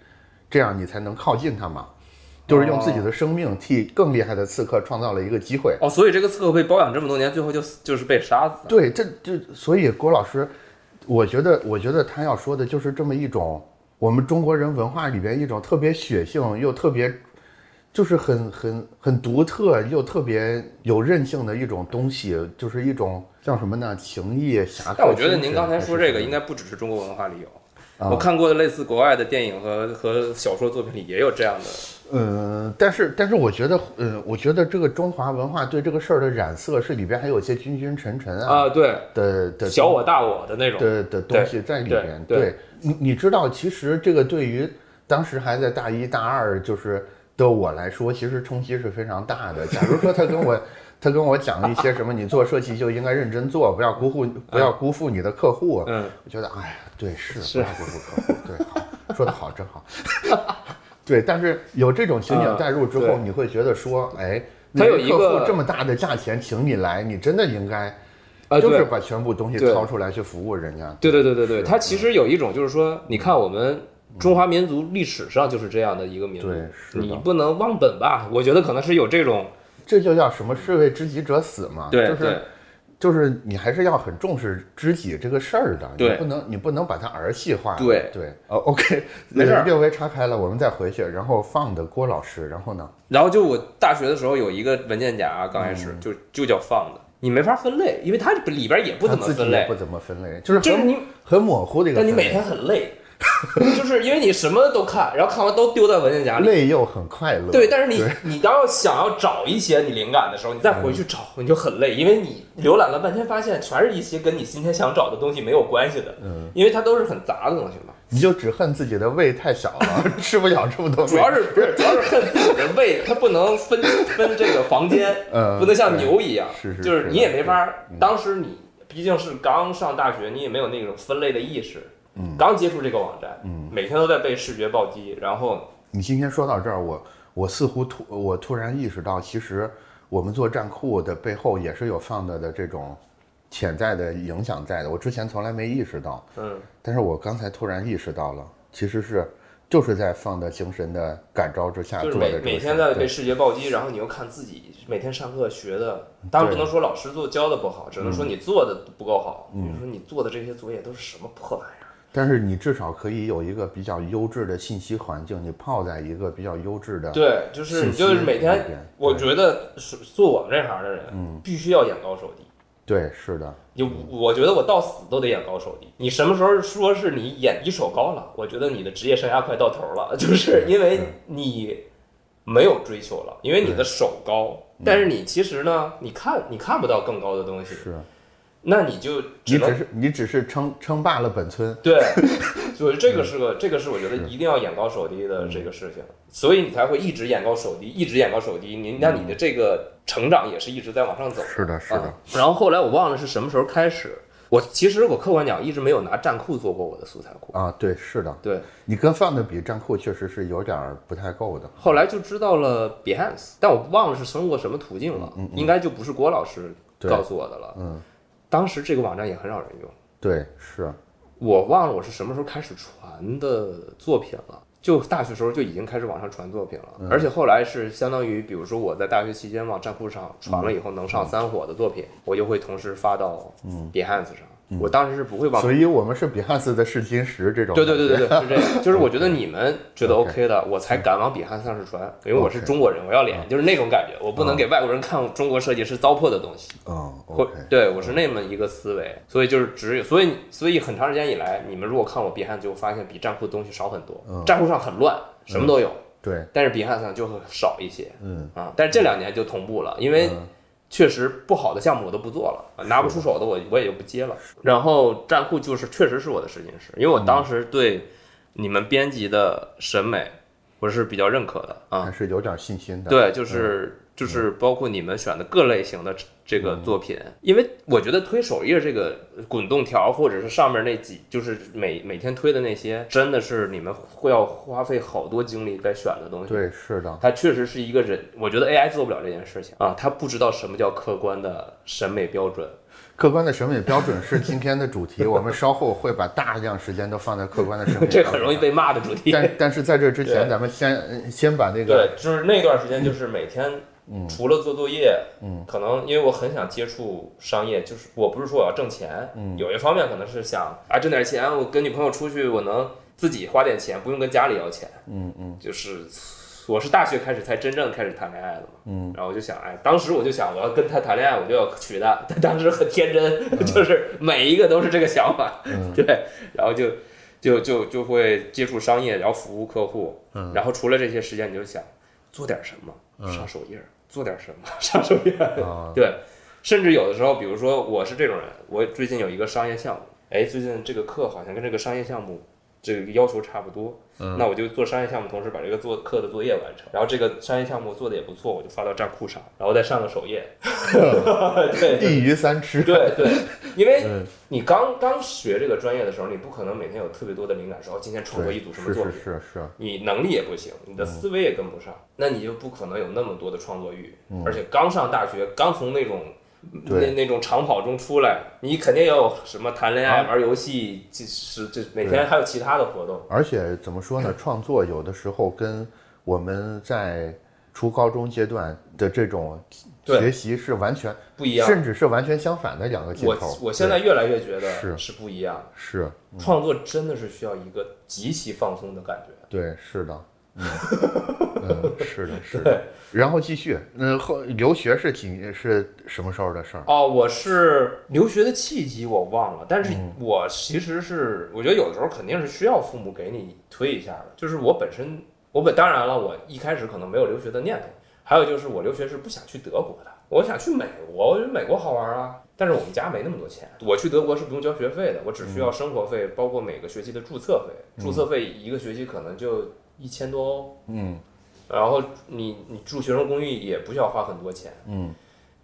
S1: 这样你才能靠近他嘛。”就是用自己的生命替更厉害的刺客创造了一个机会。
S2: 哦，所以这个刺客被包养这么多年，最后就死就是被杀死。
S1: 对，这这，所以郭老师，我觉得，我觉得他要说的就是这么一种我们中国人文化里边一种特别血性又特别，就是很很很独特又特别有韧性的一种东西，就是一种叫什么呢？情谊侠客精神还是什么。
S2: 但我觉得您刚才说这个应该不只是中国文化里有，
S1: 啊
S2: 我看过的类似国外的电影和和小说作品里也有这样的。
S1: 嗯，但是但是我觉得，嗯，我觉得这个中华文化对这个事儿的染色是里边还有一些君君臣臣啊
S2: 啊，对，
S1: 的的
S2: 小我大我的那种。
S1: 的的东西在里
S2: 对
S1: 面。
S2: 对
S1: 对，你你知道，其实这个对于当时还在大一大二，就是的我来说，其实冲击是非常大的。假如说他跟 我他跟我讲一些什么，你做设计就应该认真做，不要辜负不要辜负你的客户。
S2: 嗯，
S1: 我觉得，哎呀，对，是
S2: 是
S1: 不要辜负客户，对，好，说得好，真好。 对，但是有这种情景代入之后，
S2: 嗯对
S1: 你会觉得说，哎，
S2: 它有一个
S1: 你为客户这么大的价钱请你来，你真的应该
S2: 啊，
S1: 就是
S2: 对，
S1: 把全部东西
S2: 对
S1: 掏出来去服务人家。
S2: 对对对对对，
S1: 是
S2: 它其实有一种就是说，你看我们中华民族历史上就是这样的一个民族
S1: 对，是的
S2: 你不能忘本吧？我觉得可能是有这种，
S1: 这就叫什么士为知己者死嘛，
S2: 对
S1: 就是
S2: 对
S1: 就是你还是要很重视知己这个事儿的，
S2: 对
S1: 你不能你不能把它儿戏化。
S2: 对
S1: 对，呃，OK，
S2: 没事儿
S1: 略微岔开了，我们再回去，然后放的郭老师，然后呢，
S2: 然后就我大学的时候有一个文件夹、刚开
S1: 嗯
S2: 始就就叫放的，你没法分类，因为它里边也不怎
S1: 他
S2: 么
S1: 自己
S2: 分
S1: 也
S2: 类
S1: 不，怎么分类，就是
S2: 就是
S1: 很
S2: 你，
S1: 很模糊的一个
S2: 但
S1: 分
S2: 你
S1: 类，
S2: 每天很累，就是因为你什么都看，然后看完都丢在文件夹里。
S1: 累又很快乐，
S2: 对，但是你你当要想要找一些你灵感的时候，你再回去找，你就很累，因为你浏览了半天，发现全是一些跟你今天想找的东西没有关系的，嗯，因为它都是很杂的东西嘛。
S1: 你就只恨自己的胃太小 了，吃不了这么多东西。
S2: 主要是不是主要是恨自己的胃，它不能分分这个房间，
S1: 嗯
S2: 不能像牛一样，
S1: 是是
S2: 就是
S1: 是
S2: 你也
S1: 的
S2: 没法儿。当时你毕竟是刚上大学，你也没有那种分类的意识，嗯，刚接触这个网站，嗯，每天都在被视觉暴击，然后
S1: 你今天说到这儿，我我似乎突我突然意识到，其实我们做站库的背后也是有放的的这种潜在的影响在的，我之前从来没意识到。
S2: 嗯，
S1: 但是我刚才突然意识到了，其实是就是在放的精神的感召之下
S2: 就
S1: 啊做
S2: 是
S1: 的这
S2: 每
S1: 个事。
S2: 每天在被
S1: 对
S2: 视觉暴击，然后你又看自己每天上课学的，当然不
S1: 对嗯
S2: 能说老师做教的不好，只能说你做的不够好。比如说你做的这些作业都是什么破玩意儿？
S1: 但是你至少可以有一个比较优质的信息环境，你泡在一个比较优质的
S2: 对，就是
S1: 信
S2: 你
S1: 息
S2: 就是每
S1: 里
S2: 天，
S1: 边
S2: 我
S1: 对嗯
S2: 觉得是做我们这行的人，必须要眼高手低。
S1: 对是的，
S2: 就我觉得我到死都得眼高手低。你什么时候说是你眼低手高了？我觉得你的职业生涯快到头了， 就是因为
S1: 嗯
S2: 你没有追求了，因为你的手高，
S1: 嗯
S2: 但是你其实呢，你看你看不到更高的东西，
S1: 是
S2: 那你就
S1: 你
S2: 只能
S1: 只是你只是称称霸了本村，
S2: 对，所以这个是个，
S1: 嗯
S2: 这个是我觉得一定要眼高手低的这个事情，所以你才会一直眼高手低，一直眼高手低。你那你的这个成长也是一直在往上走。
S1: 是嗯的，是的
S2: 啊，。然后后来我忘了是什么时候开始，我其实我客观讲一直没有拿站库做过我的素材库。
S1: 啊，对，是的，
S2: 对，
S1: 你跟放的比，站库确实是有点儿不太够的。
S2: 后来就知道了 Behance，但我忘了是通过什么途径了，应该就不是郭老师
S1: 嗯对
S2: 告诉我的了。
S1: 嗯，
S2: 当时这个网站也很少人用。
S1: 对，是
S2: 我忘了我是什么时候开始传的作品了。就大学时候就已经开始往上传作品了，
S1: 嗯
S2: 而且后来是相当于，比如说我在大学期间往站酷上传了以后能
S1: 嗯
S2: 上三火的作品，我就会同时发到 Behance 上。我当时是不会往，
S1: 所以我们嗯是比汉斯的试金石这种。嗯
S2: 对对对对对，是这 样。就是我觉得你们觉得 OK 的，我才敢往 Behance 上传，因为我是
S1: OK 嗯
S2: 中国人，我要脸，就是那种感觉，我不能给外国人看中国设计师糟粕的东西。
S1: 嗯
S2: 或
S1: ，OK，
S2: 对我是那么一个思维，所以就是只有，所以所以很长时间以来，你们如果看我 b 汉，就发现比站酷东西少很多，
S1: 嗯
S2: 站酷上很乱，什么都有，
S1: 对，
S2: 但是 b 汉上就会少一些
S1: 嗯，
S2: 啊。但是这两年就同步了，因为确实不好的项目我都不做了，啊拿不出手的我我也就不接了。然后站酷就是确实是我的试金石，因为我
S1: 嗯
S2: 当时对你们编辑的审美我是比较认可的啊
S1: 还，是有点信心的。
S2: 对，就是就是包括你们选的各类型的这这个作品，因为我觉得推首页这个滚动条，或者是上面那几，就是每每天推的那些，真的是你们会要花费好多精力在选的东西。
S1: 对，是的，
S2: 它确实是一个人，我觉得 AI 做不了这件事情啊，它不知道什么叫客观的审美标准。
S1: 客观的审美标准是今天的主题，我们稍后会把大量时间都放在客观的审美。
S2: 这很容易。被骂的主题。
S1: 但但是在这之前，
S2: 对
S1: 咱们先呃先把那个
S2: 对，就是那段时间，就是每天除了做作业，嗯，可能因为我很想接触商业，就是我不是说我要挣钱，嗯，有一方面可能是想啊挣点钱，我跟女朋友出去，我能自己花点钱，不用跟家里要钱，嗯嗯，就是我是大学开始才真正开始谈恋爱的嘛，嗯，然后我就想，哎，当时我就想我要跟她谈恋爱，我就要娶她，但当时很天真， 就是每一个都是这个想法， 对，然后就。就就就会接触商业，然后服务客户，嗯，然后除了这些时间，你就想做点什么，上首页，做点什么，上首页， 对，甚至有的时候，比如说我是这种人，我最近有一个商业项目，哎，最近这个课好像跟这个商业项目这个要求差不多，那我就做商业项目，同时把这个做课的作业完成，然后这个商业项目做的也不错，我就发到站酷上，然后再上个首页， 对，
S1: 一鱼三吃。
S2: 对对，因为你刚刚学这个专业的时候，你不可能每天有特别多的灵感，说哦今天创作一组什么
S1: 是
S2: 作
S1: 是
S2: 品，
S1: 是是，
S2: 你能力也不行，你的思维也跟不上，那你就不可能有那么多的创作欲。而且刚上大学，刚从那种那
S1: 嗯对
S2: 那种长跑中出来，你肯定要有什么谈恋爱、
S1: 啊
S2: 玩游戏，这是这每天还有其他的活动。
S1: 而且怎么说
S2: 嗯
S1: 呢，创作有的时候跟我们在初高中阶段的这种
S2: 对
S1: 学习是完全
S2: 不一样
S1: 甚至是完全相反的两个劲
S2: 我
S1: 头。
S2: 我现在越来越觉得
S1: 是嗯
S2: 是不一样的，
S1: 对是，
S2: 创作真的是需要一个极其放松的感觉。
S1: 对，是的。 嗯，嗯是的，是的。然后继续，嗯，后留学是几是什么时候的事儿？
S2: 哦，我是留学的契机我忘了，但是
S1: 嗯
S2: 我其实是我觉得有的时候肯定是需要父母给你推一下的，就是我本身我本当然了，我一开始可能没有留学的念头，还有就是我留学是不想去德国的，我想去美国，我觉得美国好玩啊。但是我们家没那么多钱，我去德国是不用交学费的，我只
S1: 嗯
S2: 需要生活费，包括每个学期的注册费，注册费一个学期可能就一千多欧，
S1: 嗯
S2: 然后你你住学生公寓也不需要花很多钱，
S1: 嗯，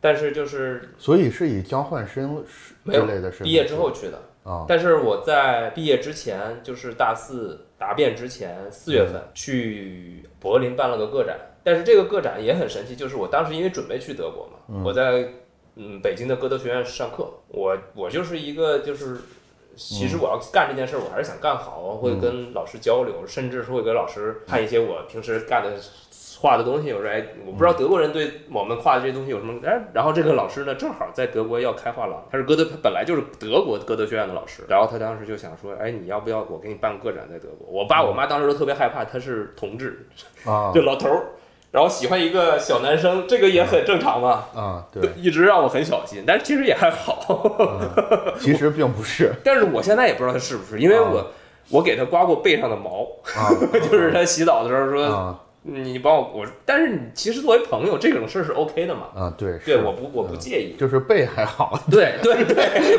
S2: 但是就是
S1: 所以是以交换生是
S2: 没有
S1: 之类的身份
S2: 毕业之后去的
S1: 啊
S2: 但是我在毕业之前，就是大四答辩之前，四月份
S1: 嗯
S2: 去柏林办了个个展。但是这个个展也很神奇，就是我当时因为准备去德国嘛，我在嗯北京的歌德学院上课，我我就是一个就是。其
S1: 嗯
S2: 实我要干这件事儿，我还是想干好，我会跟老师交流，甚至是会给老师
S1: 嗯
S2: 看一些我平时干的画的东西。我说，哎，我不
S1: 嗯
S2: 知道德国人对我们画的这些东西有什么。哎，然后这个老师呢，正好在德国要开画廊，他是哥德，他本来就是德国歌德学院的老师。然后他当时就想说，哎，你要不要我给你办个个展在德国？我爸我妈当时都特别害怕，他是同志，
S1: 嗯啊
S2: 就老头儿，然后喜欢一个小男生，这个也很正常嘛。
S1: 啊！ 对，
S2: 一直让我很小心，但是其实也还好。
S1: 其实并不是
S2: 但是我现在也不知道他是不是，因为我、我给他刮过背上的毛，
S1: 啊
S2: 就是他洗澡的时候说、
S1: 啊
S2: 你帮我我，但是你其实作为朋友这种事儿是 OK 的嘛。
S1: 啊！对，
S2: 对，
S1: 是
S2: 我不我不介意。
S1: 就是背还好，
S2: 对对对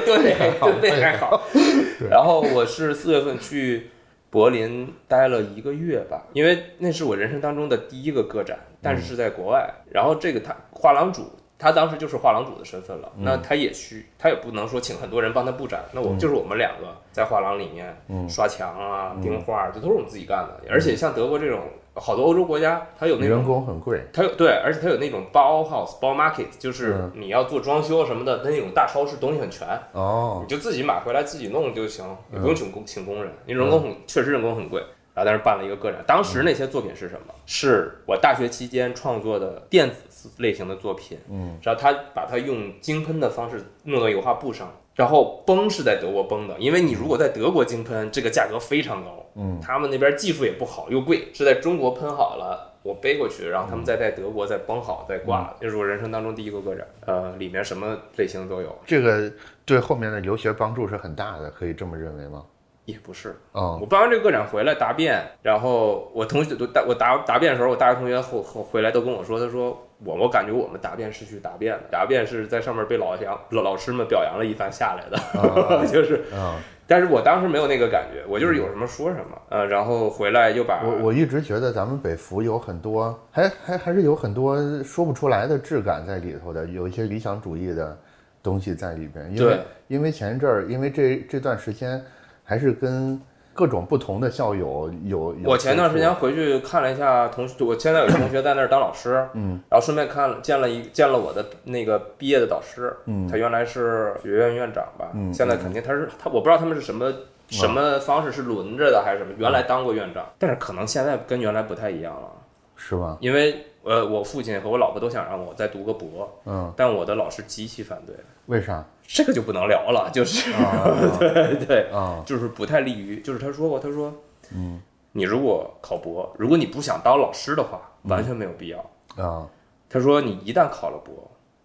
S2: 对
S1: 好
S2: 对，那 还好。 然后我是四月份去柏林待了一个月吧，因为那是我人生当中的第一个个展，但是是在国外。然后这个他画廊主。他当时就是画廊主的身份了，那他也需，他也不能说请很多人帮他布展，那我们就是我们两个在画廊里面刷墙啊、钉画啊，这都是我们自己干的。而且像德国这种，好多欧洲国家，它有那种
S1: 人工很贵。
S2: 它有对，而且它有那种包 house、包 market，就是你要做装修什么的，它那种大超市东西很全，
S1: 哦，
S2: 你就自己买回来自己弄就行，你不用请工请工人，因为人工很确实人工很贵。然后但是办了一个个展，当时那些作品是什么？嗯是我大学期间创作的电子类型的作品，嗯，然后他把它用精喷的方式弄到油画布上，然后崩是在德国崩的，因为你如果在德国精喷，这个价格非常高，嗯，他们那边技术也不好又贵，是在中国喷好了。我背过去，然后他们再在德国再崩好再挂，这是我人生当中第一个个展，呃，里面什么类型都有，
S1: 这个对后面的留学帮助是很大的，可以这么认为吗？
S2: 也不是，
S1: 嗯
S2: 我办完这个个展回来答辩，然后我同学都答我答答辩的时候，我大学同学后后回来都跟我说，他说我我感觉我们答辩是去答辩的，答辩是在上面被老杨老老师们表扬了一番下来的， 就是，
S1: 嗯，
S2: 但是我当时没有那个感觉，我就是有什么说什么，呃，然后回来又把
S1: 我我一直觉得咱们北服有很多，还还还是有很多说不出来的质感在里头的，有一些理想主义的东西在里边。因为
S2: 对
S1: 因为前一阵儿，因为这这段时间还是跟各种不同的校友有。有
S2: 我前段时
S1: 接
S2: 间回去看了一下同学，我现在有同学在那儿当老师，嗯，然后顺便看了见了一见了我的那个毕业的导师，嗯，他原来是学院院长吧，嗯，啊现在肯定他是他，我不知道他们是什么。什么方式是轮着的还是什么？原来当过院长，但是可能现在跟原来不太一样了，
S1: 触是吗？
S2: 因为呃，我父亲和我老婆都想让我再读个博，
S1: 嗯，
S2: 但我的老师极其反对，
S1: 为啥？
S2: 这个就不能聊了，就是， 对对，
S1: 啊
S2: 就是不太利于，就是他说过，他说，嗯，你如果考博，如果你不想当老师的话，完全没有必要。
S1: 啊！
S2: 他说你一旦考了博，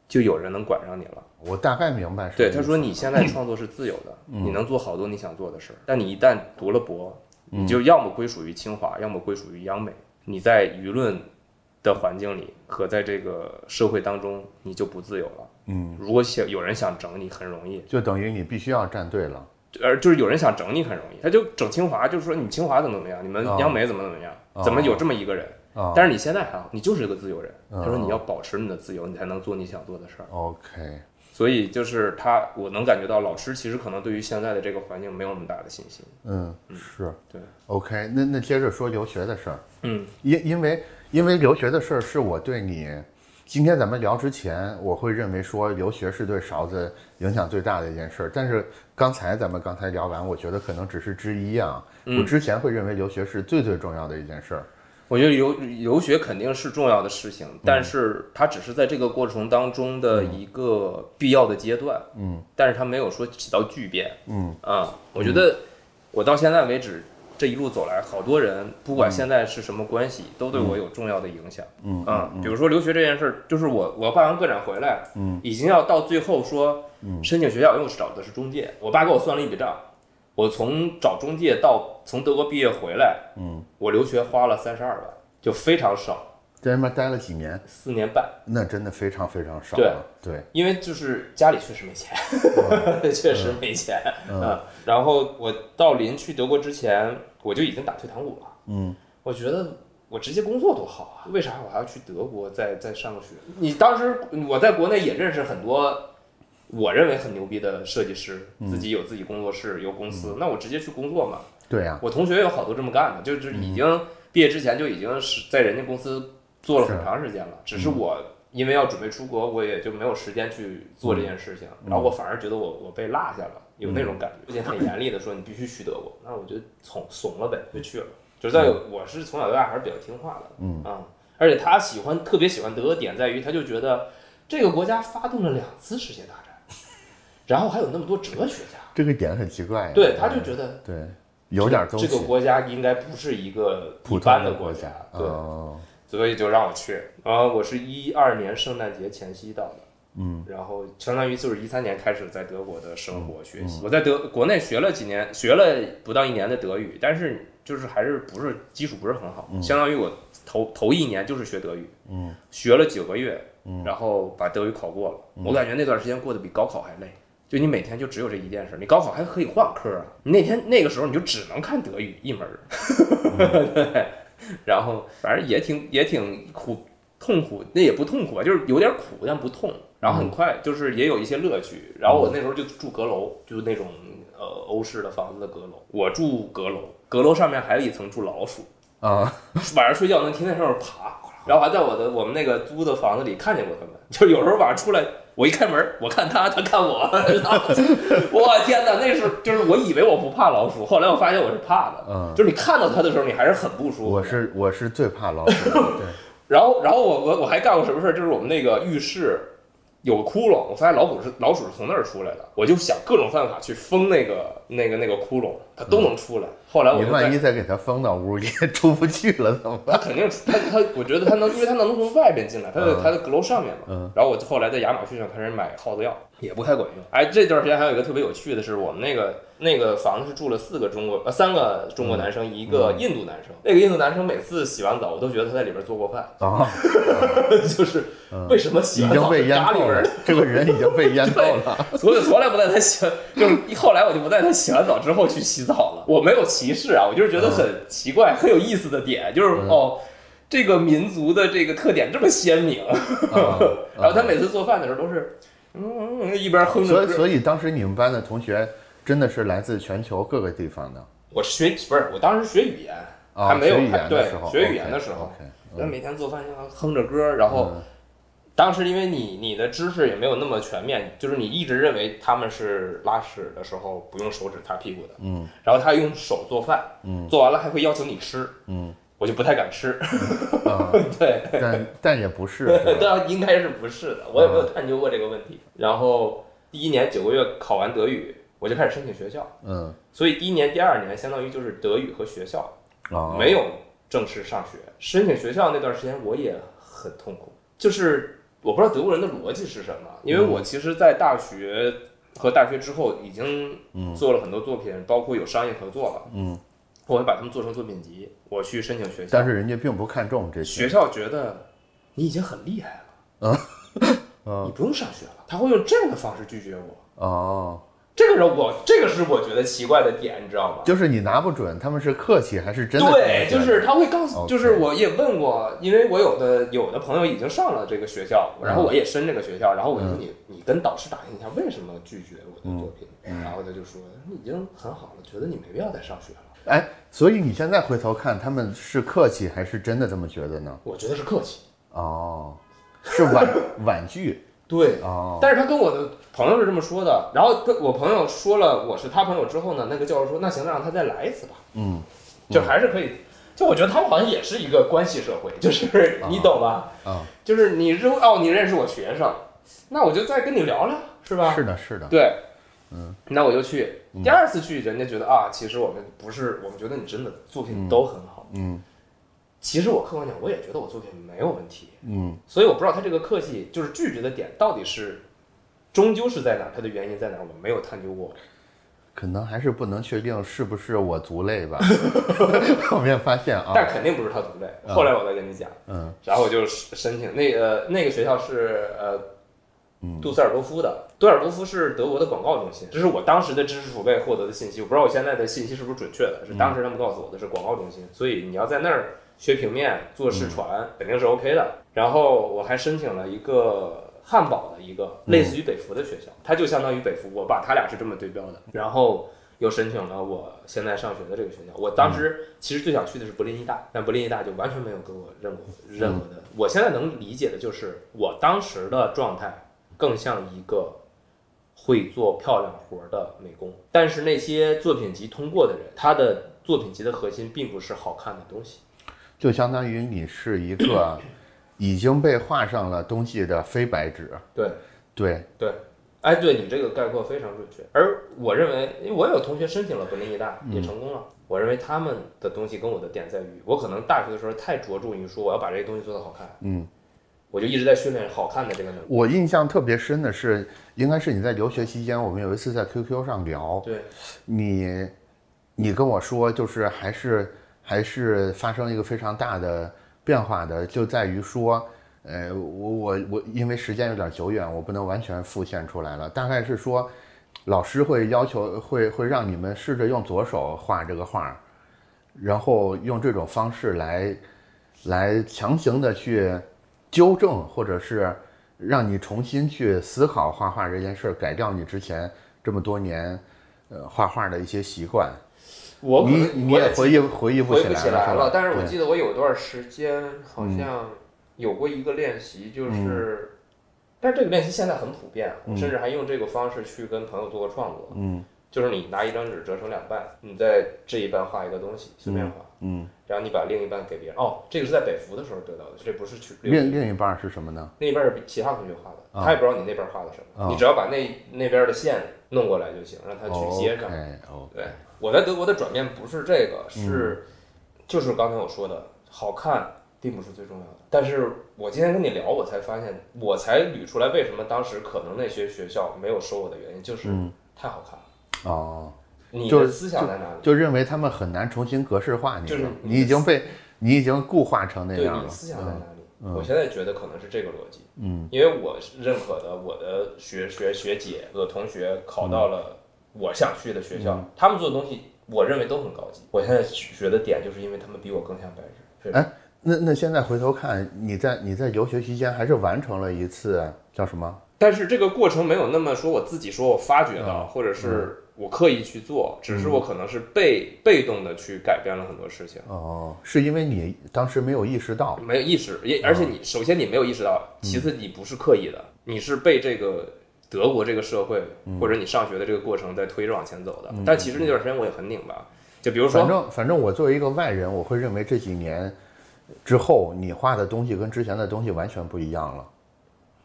S2: 就有人能管上你了。
S1: 我大概明白是。
S2: 对，他说你现在创作是自由的，
S1: 嗯
S2: 你能做好多你想做的事儿，但你一旦读了博，你
S1: 嗯
S2: 就要么归属于清华，要么归属于央美，你在舆论的环境里和在这个社会当中，你就不自由了。
S1: 嗯，
S2: 如果想有人想整你，很容易。
S1: 就等于你必须要站队了。
S2: 而就是有人想整你很容易，他就整清华，就是说你清华怎么怎么样，你们
S1: 哦
S2: 央美怎么怎么样，
S1: 哦
S2: 怎么有这么一个人？
S1: 啊
S2: 但是你现在还好，你就是个自由人。
S1: 哦
S2: 他说你要保持你的自由，你才能做你想做的事儿。
S1: ，OK，
S2: 所以就是他，我能感觉到老师其实可能对于现在的这个环境没有那么大的信心。
S1: 嗯，是
S2: 对，
S1: ，OK，那那接着说留学的事儿，
S2: 嗯，
S1: 因因为因为留学的事儿是我对你，今天咱们聊之前，我会认为说留学是对勺子影响最大的一件事儿，但是刚才咱们刚才聊完，我觉得可能只是之一啊，
S2: 嗯
S1: 我之前会认为留学是最最重要的一件事儿，
S2: 我觉得留留学肯定是重要的事情，
S1: 嗯
S2: 但是它只是在这个过程当中的一个必要的阶段。嗯，但是它没有说起到巨变。
S1: 嗯
S2: 啊，我觉得我到现在为止这一路走来，好多人不管现在是什么关系，都对我有重要的影响。
S1: 嗯
S2: 啊，比如说留学这件事儿，就是我我办完个展回来，嗯，已经要到最后说
S1: 嗯
S2: 申请学校，因为我找的是中介，我爸给我算了一笔账，我从找中介到从德国毕业回来。我留学花了三十二万，就非常少，
S1: 在那边待了几年，
S2: 四年半。
S1: 那真的非常非常少
S2: 对
S1: 了，对，
S2: 因为就是家里确实没钱， 确实没钱。哦嗯然后我到临去德国之前，我就已经打退堂鼓了。
S1: 嗯，
S2: 我觉得我直接工作多好啊，为啥我还要去德国再再上个学？你当时我在国内也认识很多我认为很牛逼的设计师，自己有自己工作室，有公司，那我直接去工作嘛。
S1: 对啊呀、
S2: 我同学有好多这么干的，就是已经毕业之前就已经是在人家公司做了很长时间了，只是我因为要准备出国，我也就没有时间去做这件事情，然后我反而觉得我我被落下了，有那种感觉，父亲很严厉的说你必须去德国，那我就怂怂了呗，就去了。就是在我是从小到大还是比较听话的，嗯啊，而且他喜欢特别喜欢德国点在于，他就觉得这个国家发动了两次世界大战，然后还有那么多哲学家，
S1: 这个点很奇哎怪呀、啊
S2: 对，他就觉得
S1: 对，有点东西。
S2: 这个国家应该不是一个一
S1: 普通
S2: 般
S1: 的
S2: 国
S1: 家，
S2: 对，
S1: 哦
S2: 所以就让我去。然后我是一二年圣诞节前夕到的，嗯，然后相当于就是一三年开始在德国的生活学习。我在德国内学了几年，学了不到一年的德语，但是就是还是不是基础不是很好，相当于我头头一年就是学德语，嗯，学了九个月，然后把德语考过了。我感觉那段时间过得比高考还累。就你每天就只有这一件事，你高考还可以换科啊。你那天那个时候你就只能看德语一门儿，对，然后反正也挺也挺苦痛苦，那也不痛苦吧，就是有点苦但不痛。然
S1: 嗯
S2: 后很快就是也有一些乐趣。然后我那时候就住阁楼，就那种呃欧式的房子的阁楼。我住阁楼，阁楼上面还有一层住老鼠，
S1: 啊，
S2: 晚上睡觉能听见上面爬，然后还在我的我们那个租的房子里看见过他们，就是有时候晚上出来，我一开门，我看他，他看我， 然后我天哪，那是就是我以为我不怕老鼠，后来我发现我是怕的，
S1: 嗯
S2: 就是你看到它的时候，你还是很不舒服。
S1: 我是我是最怕老鼠 的，对，
S2: 然后，然后我我我还干过什么事儿？就是我们那个浴室有个窟窿，我发现老虎是老鼠是从那儿出来的，我就想各种办法去封那个那个那个窟窿，它都能出来。后来我
S1: 你
S2: 就
S1: 万
S2: 在
S1: 一再给它封到屋里， 出不去了怎么办？
S2: 它肯定它它，我觉得它能，因为它能从外边进来，它在它的阁楼上面嘛。
S1: 嗯
S2: 然后我就后来在亚马逊上开始买耗子药，也不太管用。哎，这段时间还有一个特别有趣的是，我们那个那个房子是住了四个中国呃三个中国男生，一个印度男生。那个印度男生每次洗完澡，我都觉得他在里边做过饭。
S1: 啊，
S2: 就是为什么洗
S1: 嗯已
S2: 完
S1: 经
S2: 澡
S1: 被
S2: 是
S1: 淹
S2: 咖喱
S1: 透
S2: 味
S1: 了
S2: 儿？，
S1: 这个人已经被淹透了。
S2: 所以从来不在他洗，就是后来我就不在他洗完澡之后去洗澡了。我没有歧视啊，我就是
S1: 嗯
S2: 觉得很奇怪、很有意思的点，就是哦，这个民族的这个特点这么鲜明。
S1: 啊
S2: 然后他每次做饭的时候都是，嗯，嗯一边哼
S1: 所以
S2: 着歌。
S1: 所以当时你们班的同学真的是来自全球各个地方的
S2: 我是学不是，我当时学语言，
S1: 啊，
S2: 还没有
S1: 学语言
S2: 还对
S1: 的时候，
S2: 学语言的时候
S1: o k
S2: 那每天做饭就哼着歌，然后
S1: 嗯
S2: 当时因为你你的知识也没有那么全面，就是你一直认为他们是拉屎的时候不用手指擦屁股的，
S1: 嗯，
S2: 然后他用手做饭，嗯，做完了还会要求你吃，
S1: 嗯，
S2: 我就不太 敢吃，
S1: 啊，
S2: 对，
S1: 但但也不 是，对吧
S2: 但应该是不是的，我也没有探究过这个问题。然后第一年九个月考完德语，我就开始申请学校，
S1: 嗯
S2: 所以第一年、第二年相当于就是德语和学校
S1: 啊，
S2: 没有正式上学。申请学校那段时间我也很痛苦，就是我不知道德国人的逻辑是什么，因为我其实，在大学和大学之后已经做了很多作品，包括有商业合作了，
S1: 嗯，
S2: 我会把它们做成作品集，我去申请学校
S1: 但，是人家并不看重这些
S2: 学校觉得你已经很厉害 了，你不用上学了，他会用这样的方式拒绝我。
S1: 哦，
S2: 这个是我这个是我觉得奇怪的点，你知道吗？
S1: 就是你拿不准他们是客气还是真的客气。
S2: 对，就是他会告诉，
S1: OK
S2: 就是我也问过，因为我有的有的朋友已经上了这个学校，然后
S1: 嗯
S2: 我也申这个学校，然后我就说
S1: 嗯
S2: 你你跟导师打听一下为什么拒绝我的作品，
S1: 嗯
S2: 然后他就说你已经很好了，觉得你没必要再上学了。
S1: 哎，所以你现在回头看，他们是客气还是真的这么觉得呢？
S2: 我觉得是客气，
S1: 哦，是婉 婉拒
S2: 对
S1: 哦，
S2: 但是他跟我的朋友是这么说的，然后跟我朋友说了我是他朋友之后呢，那个教授说那行，那让他再来一次吧，
S1: 嗯，
S2: 就还是可以。就我觉得他们好像也是一个关系社会，就是你懂吧？
S1: 啊、
S2: 就是你认哦，你认识我学生，那我就再跟你聊聊，是吧？
S1: 是的，嗯是的，
S2: 对，嗯，那我就去。第二次去，人家觉得啊，其实我们不是，我们觉得你真的作品都很好。
S1: 嗯
S2: 其实我客观讲，我也觉得我作品没有问题，
S1: 嗯
S2: 所以我不知道他这个客气就是拒绝的点到底是终究是在哪儿，他的原因在哪儿，我没有探究过。
S1: 可能还是不能确定是不是我族类 吧。后面发现啊，
S2: 但肯定不是他同类。后来我再跟你讲，
S1: 嗯
S2: 然后我就申请那个那个学校是呃，
S1: 嗯
S2: 杜塞尔多夫的，杜塞尔多夫是德国的广告中心，这是我当时的知识储备获得的信息，我不知道我现在的信息是不是准确
S1: 嗯
S2: 的，是当时他们告诉我的是广告中心，所以你要在那儿学平面做试传
S1: 嗯
S2: 肯定是 OK 的。然后我还申请了一个。汉堡的一个
S1: 嗯
S2: 类似于北服的学校，它就相当于北服，我把它俩是这么对标的。然后又申请了我现在上学的这个学校。我当时其实最想去的是柏林医大，但柏林医大就完全没有给我任何任何的。我现在能理解的就是，我当时的状态更像一个会做漂亮活儿的美工，但是那些作品集通过的人，他的作品集的核心并不是好看的东西。
S1: 就相当于你是一个已经被画上了东西的非白纸。
S2: 对，
S1: 对，
S2: 对，哎，对你这个概括非常准确。而我认为，因为我有同学申请了柏林医大，也成功了。我认为他们的东西跟我的点在于，我可能大学的时候太着重于说我要把这个东西做得好看，
S1: 嗯，
S2: 我就一直在训练好看的这个能力。
S1: 我印象特别深的是，应该是你在留学期间，我们有一次在 QQ 上聊，
S2: 对，
S1: 你你跟我说，就是还是还是发生了一个非常大的变化的，就在于说，呃，我我我，因为时间有点久远，我不能完全复现出来了。大概是说，老师会要求会会让你们试着用左手画这个画，然后用这种方式来来强行的去纠正，或者是让你重新去思考画画这件事儿，改掉你之前这么多年。呃，画画的一些习惯，
S2: 我可
S1: 你
S2: 能
S1: 你
S2: 我
S1: 也回忆回忆
S2: 记
S1: 不
S2: 回
S1: 起
S2: 不
S1: 来
S2: 起来
S1: 是
S2: 了
S1: 吧，？
S2: 但是我
S1: 对嗯
S2: 记得我有段时间好像有过一个练习，就是，但是这个练习现在很普遍，我甚至还用这个方式去跟朋友做过创作。
S1: 嗯
S2: 就是你拿一张纸折成两半，你在这一半画一个东西，随便画，
S1: 嗯，
S2: 然后你把另一半给别人。哦，这个是在北服的时候得到的，这不是去
S1: 另另一半儿是什么呢？
S2: 那边是其他同学画的，
S1: 啊
S2: 他也不知道你那边画的什么，
S1: 啊
S2: 你只要把那那边的线弄过来就行，让他去接上。
S1: 哦 OK OK，
S2: 对，我在德国的转变不是这个，是、
S1: 嗯
S2: 就是刚才我说的，好看并不是最重要的。但是我今天跟你聊，我才发现，我才捋出来为什么当时可能那些学校没有收我的原因，就是
S1: 嗯
S2: 太好看了。
S1: 哦，
S2: 你
S1: 就
S2: 的
S1: 是
S2: 思想在哪里？
S1: 就认为他们很难重新格式化你
S2: 就是
S1: 了，
S2: 你
S1: 你已经被你已经固化成那
S2: 对
S1: 样
S2: 你
S1: 了，
S2: 思想在哪里？
S1: 嗯
S2: 我现在觉得可能是这个逻辑，
S1: 嗯
S2: 因为我是认可的我的学学学姐、我的同学考到
S1: 嗯
S2: 了我想去的学校，他们做的东西我认为都很高级。我现在学的点就是因为他们比我更像白人。
S1: 哎，那那现在回头看，你在你在留学期间还是完成了一次叫什么？
S2: 但是这个过程没有那么说我自己说我发掘
S1: 嗯
S2: 到，或者是我刻意去做，只是我可能是被被动的去改变了很多事情。
S1: 哦，是因为你当时没有意识到，
S2: 没有意识，也而且你首先你没有意识到，其次你不是刻意的，你是被这个德国这个社会或者你上学的这个过程在推着往前走的。但其实那段时间我也很拧巴，就比如
S1: 反
S2: 说，
S1: 正反正我作为一个外人，我会认为这几年之后你画的东西跟之前的东西完全不一样了。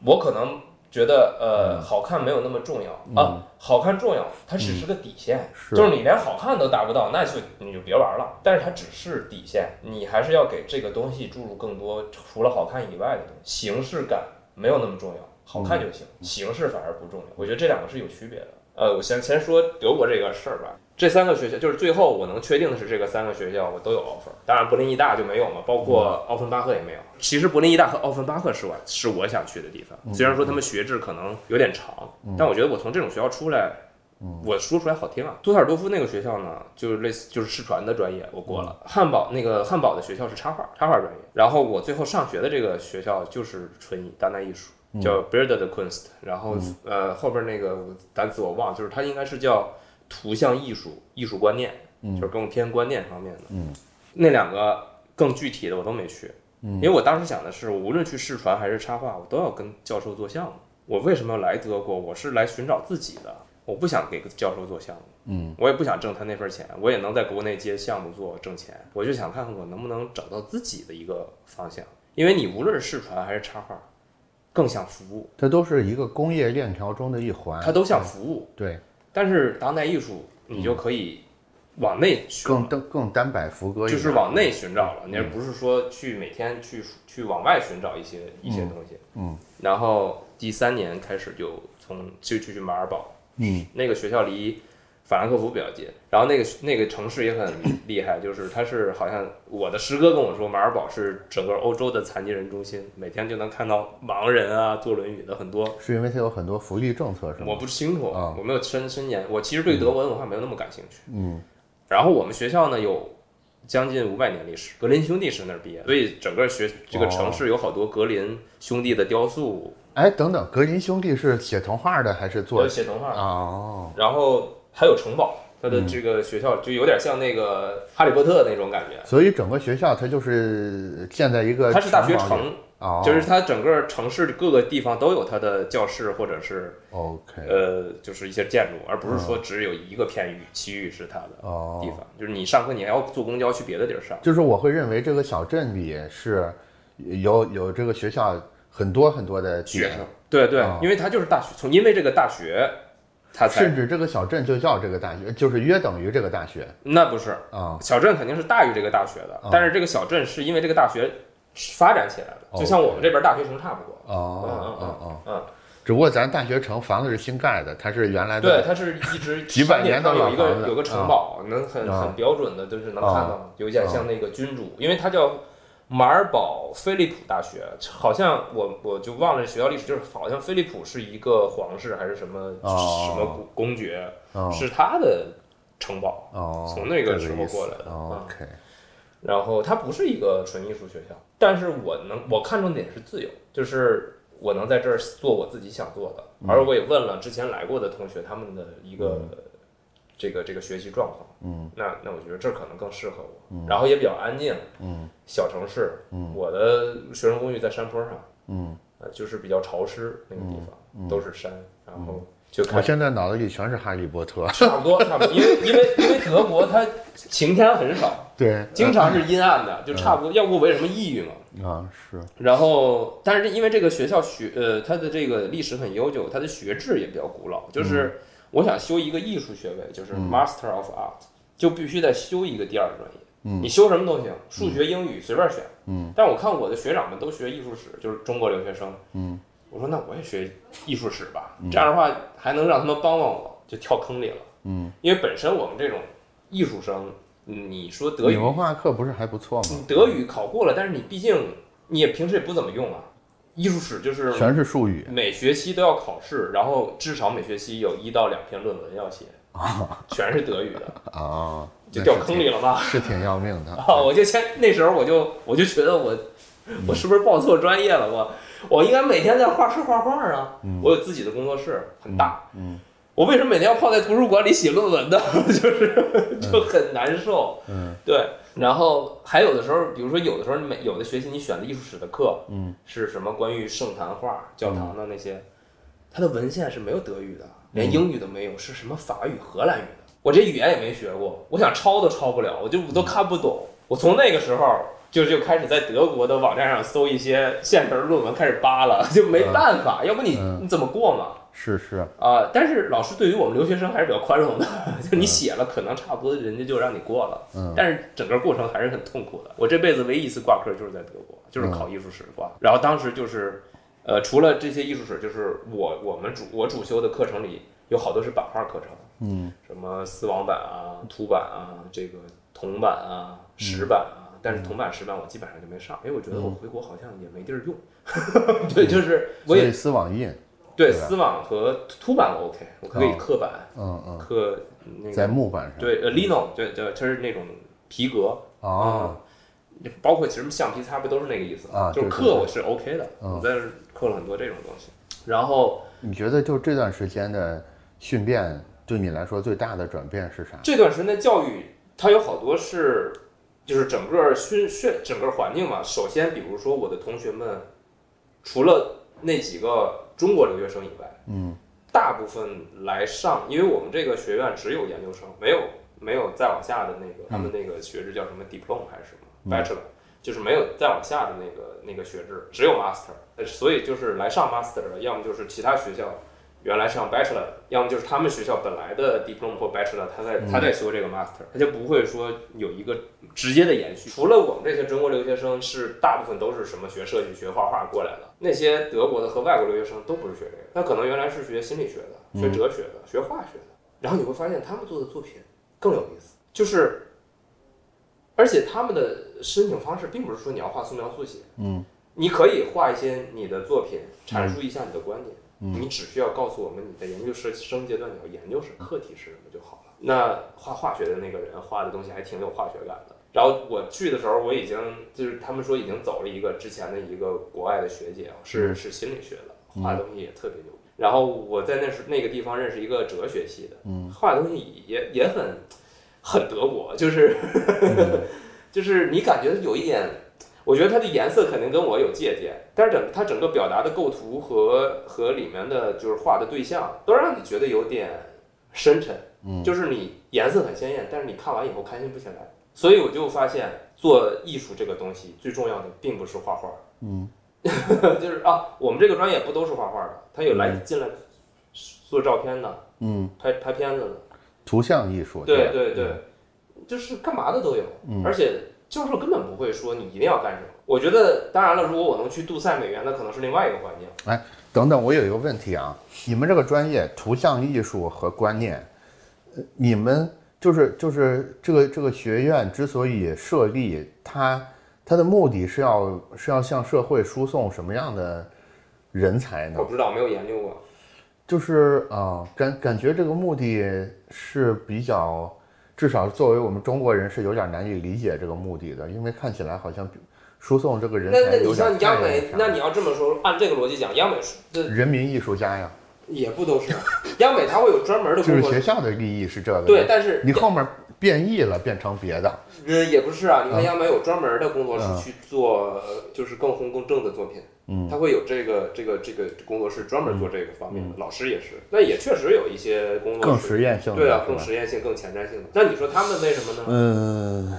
S2: 我可能觉得呃好看没有那么重要啊，好看重要，它只是个底线，
S1: 是
S2: 嗯就是你连好看都达不到，那就你就别玩了。但是它只是底线，你还是要给这个东西注入更多除了好看以外的东西，形式感没有那么重要，好看就行，形式反而不重要。我觉得这两个是有区别的。呃，我先先说德国这个事儿吧。这三个学校就是最后我能确定的是，这个三个学校我都有 offer。当然，柏林医大就没有嘛，包括奥芬巴赫也没有。其实柏林医大和奥芬巴赫是我是我想去的地方，虽然说他们学制可能有点长，但我觉得我从这种学校出来，我说出来好听啊。杜塞尔多夫那个学校呢，就是类似就是视传的专业，我过了。汉堡那个汉堡的学校是插画，插画专业。然后我最后上学的这个学校就是纯当代艺术，叫 b i r d e d Kunst。然后、呃后边那个单词我忘了，就是它应该是叫图像艺术、艺术观念，就是更偏观念方面的。
S1: 嗯，
S2: 那两个更具体的我都没去，因为我当时想的是，我无论去视传还是插画，我都要跟教授做项目。我为什么要来德国？我是来寻找自己的，我不想给教授做项目，嗯，我也不想挣他那份钱，我也能在国内接项目做挣钱，我就想看看我能不能找到自己的一个方向。因为你无论是视传还是插画，更像服务，
S1: 它都是一个工业链条中的一环。
S2: 它都像服务。
S1: 对，
S2: 但是当代艺术，你就可以往内去
S1: 更更更单摆福格一点，
S2: 就是往内寻找
S1: 嗯
S2: 了，你而不是说去每天去去往外寻找一些一些东西。
S1: 嗯，
S2: 然后第三年开始就从就就去马尔堡，
S1: 嗯
S2: 那个学校离法兰克福比较近，然后那个那个城市也很厉害，就是它是好像我的师哥跟我说，马尔堡是整个欧洲的残疾人中心，每天就能看到盲人啊坐轮椅的很多。
S1: 是因为它有很多福利政策是
S2: 我
S1: 吗？
S2: 不清楚，
S1: 啊
S2: 我没有深深研，我其实对德国文化没有那么感兴趣。
S1: 嗯
S2: 然后我们学校呢有将近五百年历史，格林兄弟是那儿毕业的，所以整个学这个城
S1: 哦
S2: 市有好多格林兄弟的雕塑，
S1: 哎，等等，格林兄弟是写童话的还是做
S2: 有？写童话，
S1: 哦，嗯
S2: 然后还有城堡。它的这个学校就有点像那个《哈利波特》那种感觉，
S1: 所以整个学校它就是建在一个
S2: 它是大学
S1: 城堡里，
S2: 城，
S1: 哦，
S2: 就是它整个城市各个地方都有它的教室或者是
S1: OK，
S2: 呃，就是一些建筑，而不是说只有一个片域，其余是它的地
S1: 哦，
S2: 方。就是你上课你还要坐公交去别的地儿上，
S1: 就是我会认为这个小镇里是有有这个学校很多很多的
S2: 学生哦
S1: 点，
S2: 对对
S1: 啊，
S2: 因为它就是大学，从因为这个大学，它才
S1: 甚至这个小镇就叫这个大学，就是约等于这个大学
S2: 那不是，
S1: 啊。
S2: 小镇肯定是大于这个大学的，
S1: 啊
S2: 但是这个小镇是因为这个大学发展起来的，就像我们这边大学城差不多。
S1: 哦哦
S2: 嗯
S1: 哦
S2: 嗯
S1: 哦，只不过咱大学城房子是新盖的，它是原来
S2: 对，
S1: 的，
S2: 它是一直
S1: 几百年
S2: 上
S1: 的
S2: 有
S1: 老
S2: 一
S1: 房
S2: 个
S1: 子
S2: 有个城堡，能很
S1: 啊
S2: 很标准的，就是能看到，有点像那个君主，因为它叫马尔堡菲利普大学，好像我我就忘了学校历史，就是好像菲利普是一个皇室还是什么
S1: 哦
S2: 什么公爵，
S1: 哦
S2: 是他的城堡，
S1: 哦，
S2: 从那个
S1: 这
S2: 时候
S1: 意思
S2: 过来的嗯
S1: 哦 OK，
S2: 然后它不是一个纯艺术学校，但是我能我看重点是自由，就是我能在这儿做我自己想做的，
S1: 嗯
S2: 而我也问了之前来过的同学他们的一个、这个这个学习状况，
S1: 嗯，
S2: 那那我觉得这儿可能更适合我，然后也比较安静，
S1: 嗯，
S2: 小城市，
S1: 嗯，
S2: 我的学生公寓在山坡上，
S1: 嗯，
S2: 呃，就是比较潮湿那个地方，都是山，然
S1: 嗯
S2: 后就
S1: 我
S2: 看。
S1: 现在脑子里全是哈利波特，
S2: 差不多，差不多，因为因为因为德国它晴天很少，
S1: 对，
S2: 经常是阴暗的，就差不多，要不为什么抑郁嘛？
S1: 啊是，
S2: 然后，但是因为这个学校学呃，它的这个历史很悠久，它的学制也比较古老。就是我想修一个艺术学位，就是
S1: 嗯
S2: Master of Art，就必须得修一个第二专业。
S1: 嗯
S2: 你修什么都行，数学、英语随便选。
S1: 嗯。
S2: 但我看我的学长们都学艺术史，就是中国留学生。
S1: 嗯。
S2: 我说那我也学艺术史吧，这样的话还能让他们帮帮我，就跳坑里了。
S1: 嗯，
S2: 因为本身我们这种艺术生，你说德
S1: 你
S2: 语
S1: 文化课不是还不错
S2: 你
S1: 吗？
S2: 德语考过了，但是你毕竟你也平时也不怎么用啊。艺术史就是
S1: 全是术语，
S2: 每学期都要考试，然后至少每学期有一到两篇论文 要写，全是德语的，
S1: 啊，
S2: 就
S1: 哦那
S2: 掉
S1: 是
S2: 坑
S1: 挺
S2: 里了吧？
S1: 是挺要命的。
S2: 啊， 我就先那时候我就我就觉得我我是不是报错专业了？我我应该每天在画室画画啊，我有自己的工作室，很大，
S1: 嗯
S2: 我为什么每天要泡在图书馆里写论文呢？ 就是 就很难受。
S1: 嗯
S2: 对，然后还有的时候，比如说有的时候你每有的学期你选的艺术史的课
S1: 嗯
S2: 是什么关于圣坛画、教堂的那些，它的文献是没有德语的，连英语都没有，是什么法语、荷兰语的，我这语言也没学过，我想抄都抄不了，我就我都看不懂。我从那个时候就就开始在德国的网站上搜一些现成论文开始扒了，就没办法，要不你
S1: 嗯
S2: 你怎么过嘛？
S1: 是是，
S2: 啊、但是老师对于我们留学生还是比较宽容的， 就你写了，可能差不多人家就让你过了。
S1: 嗯
S2: 但是整个过程还是很痛苦的。我这辈子唯一一次挂科就是在德国，
S1: 嗯
S2: 就是考艺术史挂。然后当时就是，呃，除了这些艺术史，就是我我们主我主修的课程里有好多是版画课程，
S1: 嗯
S2: 什么丝网版啊、凸版啊、这个铜版啊、石版啊。
S1: 嗯
S2: 但是铜版、石版我基本上
S1: 嗯
S2: 就没上，因为我觉得我回国好像也没地儿用。对，就是我
S1: 所
S2: 也
S1: 以丝网印
S2: 对，
S1: 吧
S2: 丝网和凸版我 OK，我可以
S1: 啊哦
S2: 刻板，
S1: 嗯嗯，
S2: 刻那
S1: 在
S2: 个
S1: 木板上，
S2: 对呃 lino，对对，它是那种皮革，
S1: 哦，
S2: 嗯包括其实橡皮擦不都是那个意思
S1: 啊
S2: 就
S1: 对
S2: 是刻
S1: 对
S2: 我是 OK 的，
S1: 嗯
S2: 我在这儿刻了很多这种东西。然后
S1: 你觉得就这段时间的训练对你来说最大的转变是啥？
S2: 这段时间的教育，它有好多是，就是整个训训整个环境嘛。首先，比如说我的同学们，除了那几个中国留学生以外，
S1: 嗯，
S2: 大部分来上，因为我们这个学院只有研究生，没有没有再往下的那个，他们那个学制叫什么 diploma 还是什么、bachelor，就是没有再往下的那个那个学制，只有 master，呃所以就是来上 master 的，要么就是其他学校原来上 bachelor，的要么就是他们学校本来的 diploma 或 bachelor，他在他在修这个 master，他就不会说有一个直接的延续。除了我们这些中国留学生是大部分都是什么学设计、学画画过来的，那些德国的和外国留学生都不是学这个，他可能原来是学心理学的、学哲学的、学化学的，然后你会发现他们做的作品更有意思，就是，而且他们的申请方式并不是说你要画素描速写，
S1: 嗯，
S2: 你可以画一些你的作品，阐述一下你的观点。你只需要告诉我们你的研究生生阶段你要研究什么课题是什么就好了。那画化学的那个人画的东西还挺有化学感的。然后我去的时候，我已经就是他们说已经走了一个之前的一个国外的学姐，啊是是心理学的，画的东西也特别牛。然后我在那时那个地方认识一个哲学系的，画的东西也也很很德国，就是、就是你感觉有一点我觉得它的颜色肯定跟我有借鉴，但是整它整个表达的构图和和里面的就是画的对象，都让你觉得有点深沉。嗯，就是你颜色很鲜艳，但是你看完以后开心不起来。所以我就发现做艺术这个东西最重要的并不是画画，
S1: 嗯，
S2: 就是啊，我们这个专业不都是画画的，他有来进来做照片的，
S1: 嗯，
S2: 拍拍片子的，
S1: 图像艺术，
S2: 对
S1: 吧
S2: 对对，就是干嘛的都有，
S1: 嗯
S2: 而且教授根本不会说你一定要干什么。我觉得，当然了，如果我能去杜塞美院，那可能是另外一个环境。
S1: 等等，我有一个问题啊，你们这个专业图像艺术和观念，呃你们就是就是这个这个学院之所以设立，它它的目的是要是要向社会输送什么样的人才呢
S2: 我？不知道，没有研究过。
S1: 就是啊、呃感感觉这个目的是比较，至少作为我们中国人是有点难以理解这个目的的，因为看起来好像比输送这个人
S2: 那那
S1: 才
S2: 你
S1: 有点
S2: 像央
S1: 太
S2: 美，
S1: 啥
S2: 那你要这么说，按这个逻辑讲，央美是这
S1: 人民艺术家呀，
S2: 也不都是， 央美它会有专门的
S1: 就是
S2: 工作
S1: 学。校的利益是这个，
S2: 对，但是
S1: 你后面变异了，变成别的。
S2: 呃，也不是啊，你看
S1: 嗯
S2: 央美有专门的工作室
S1: 嗯
S2: 去做，呃就是更红更正的作品，
S1: 嗯
S2: 他会有这个这个这个工作室专门做这个方面的，老师也是，那也确实有一些工作
S1: 嗯更
S2: 室，
S1: 实验性的，
S2: 对啊，
S1: 是
S2: 更
S1: 吧
S2: 实验性、更前瞻性的。那你说他们为什么呢？
S1: 嗯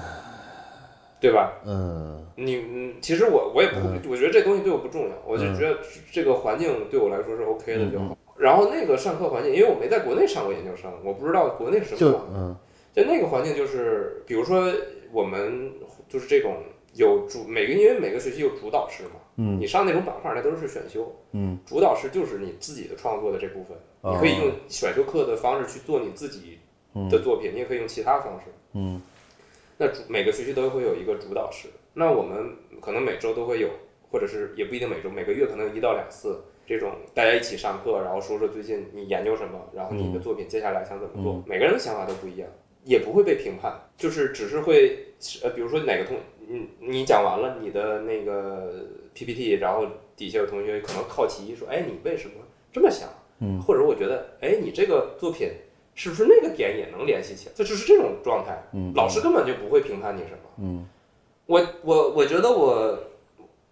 S2: 对吧？
S1: 嗯
S2: 你嗯其实我我也不，我觉得这东西对我不重要，我
S1: 嗯
S2: 就觉得这个环境对我来说是 OK 的就好。然后那个上课环境，因为我没在国内上过研究生，我不知道国内是什么
S1: 就
S2: 样的
S1: 嗯
S2: 就那个环境就是，比如说我们就是这种有主每个因为每个学期有主导师嘛，
S1: 嗯
S2: 你上那种板块那都是选修，
S1: 嗯
S2: 主导师就是你自己的创作的这部分，
S1: 哦
S2: 你可以用选修课的方式去做你自己的作品，你也可以用其他方式。
S1: 嗯
S2: 那主每个学期都会有一个主导师，那我们可能每周都会有，或者是也不一定每周，每个月可能有一到两次这种大家一起上课，然后说说最近你研究什么，然后你的作品接下来想怎么做，每个人的想法都不一样，也不会被评判，就是只是会呃，比如说哪个同你你讲完了你的那个 PPT，然后底下有同学可能好奇说，哎，你为什么这么想？
S1: 嗯，
S2: 或者我觉得，哎，你这个作品是不是那个点也能联系起来？这就是这种状态。
S1: 嗯
S2: 老师根本就不会评判你什么。
S1: 嗯，
S2: 我我我觉得我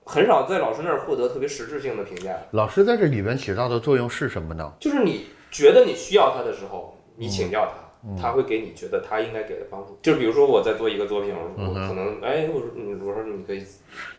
S2: 很少在老师那儿获得特别实质性的评价，
S1: 老师在这里面起到的作用是什么呢？
S2: 就是你觉得你需要他的时候，
S1: 嗯
S2: 你请教他。他会给你觉得他应该给的帮助，就是比如说我在做一个作品，我
S1: 嗯
S2: 说我可能哎，我说你我说你可以，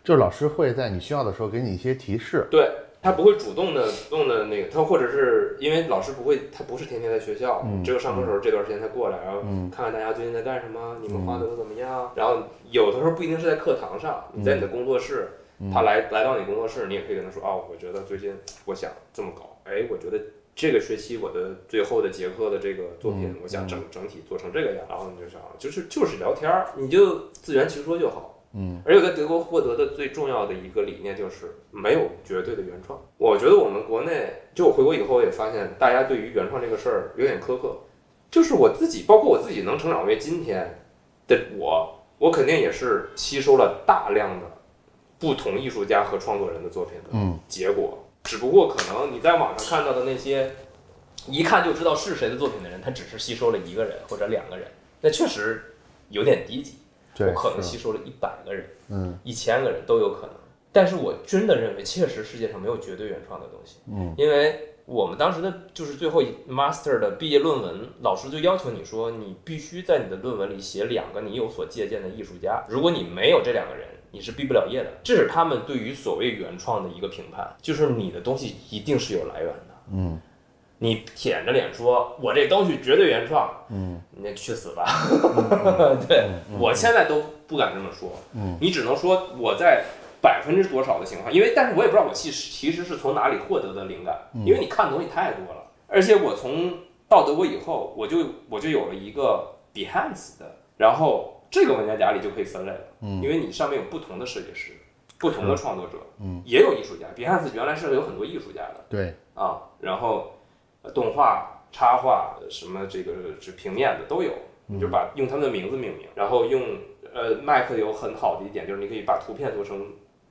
S1: 就是老师会在你需要的时候给你一些提示。
S2: 对他不会主动的主动的那个，他或者是因为老师不会，他不是天天在学校，只有上课时候这段时间才过来，然后看看大家最近在干什么，你们画的都怎么样。然后有的时候不一定是在课堂上，你在你的工作室，他来来到你工作室，你也可以跟他说啊，我觉得最近我想这么搞，哎，我觉得这个学期我的最后的结课的这个作品，我想整整体做成这个样，然后你就想就是就是聊天儿，你就自圆其说就好。
S1: 嗯，
S2: 而且在德国获得的最重要的一个理念就是没有绝对的原创。我觉得我们国内，就我回国以后也发现，大家对于原创这个事儿有点苛刻。就是我自己，包括我自己能成长为今天的我，我肯定也是吸收了大量的不同艺术家和创作人的作品的
S1: 嗯
S2: 结果。只不过可能你在网上看到的那些一看就知道是谁的作品的人，他只是吸收了一个人或者两个人，那确实有点低级。
S1: 对，
S2: 我可能
S1: 是
S2: 吸收了一百个人、
S1: 嗯
S2: 一千个人都有可能。但是我真的认为，确实世界上没有绝对原创的东西，
S1: 嗯，
S2: 因为我们当时的就是最后一 master 的毕业论文，老师就要求你说，你必须在你的论文里写两个你有所借鉴的艺术家，如果你没有这两个人，你是毕不了业的。这是他们对于所谓原创的一个评判，就是你的东西一定是有来源的。
S1: 嗯，
S2: 你舔着脸说，我这东西绝对原创，
S1: 嗯，
S2: 你那去死吧！ 对、我现在都不敢这么说，
S1: 嗯，
S2: 你只能说我在百分之多少的情况，因为但是我也不知道我其实其实是从哪里获得的灵感，
S1: 嗯
S2: 因为你看的东西太多了，而且我从到德国以后，我就我就有了一个 Behance 的，然后这个文件夹里就可以分类了，嗯，因为你上面有不同的设计师，不同的创作者，
S1: 嗯，
S2: 也有艺术家，Behance 原来是有很多艺术家的。
S1: 对，
S2: 啊，然后呃动画、插画什么这个是平面的都有，
S1: 嗯
S2: 你就把用他们的名字命名，然后用呃 Mac 有很好的一点就是你可以把图片做成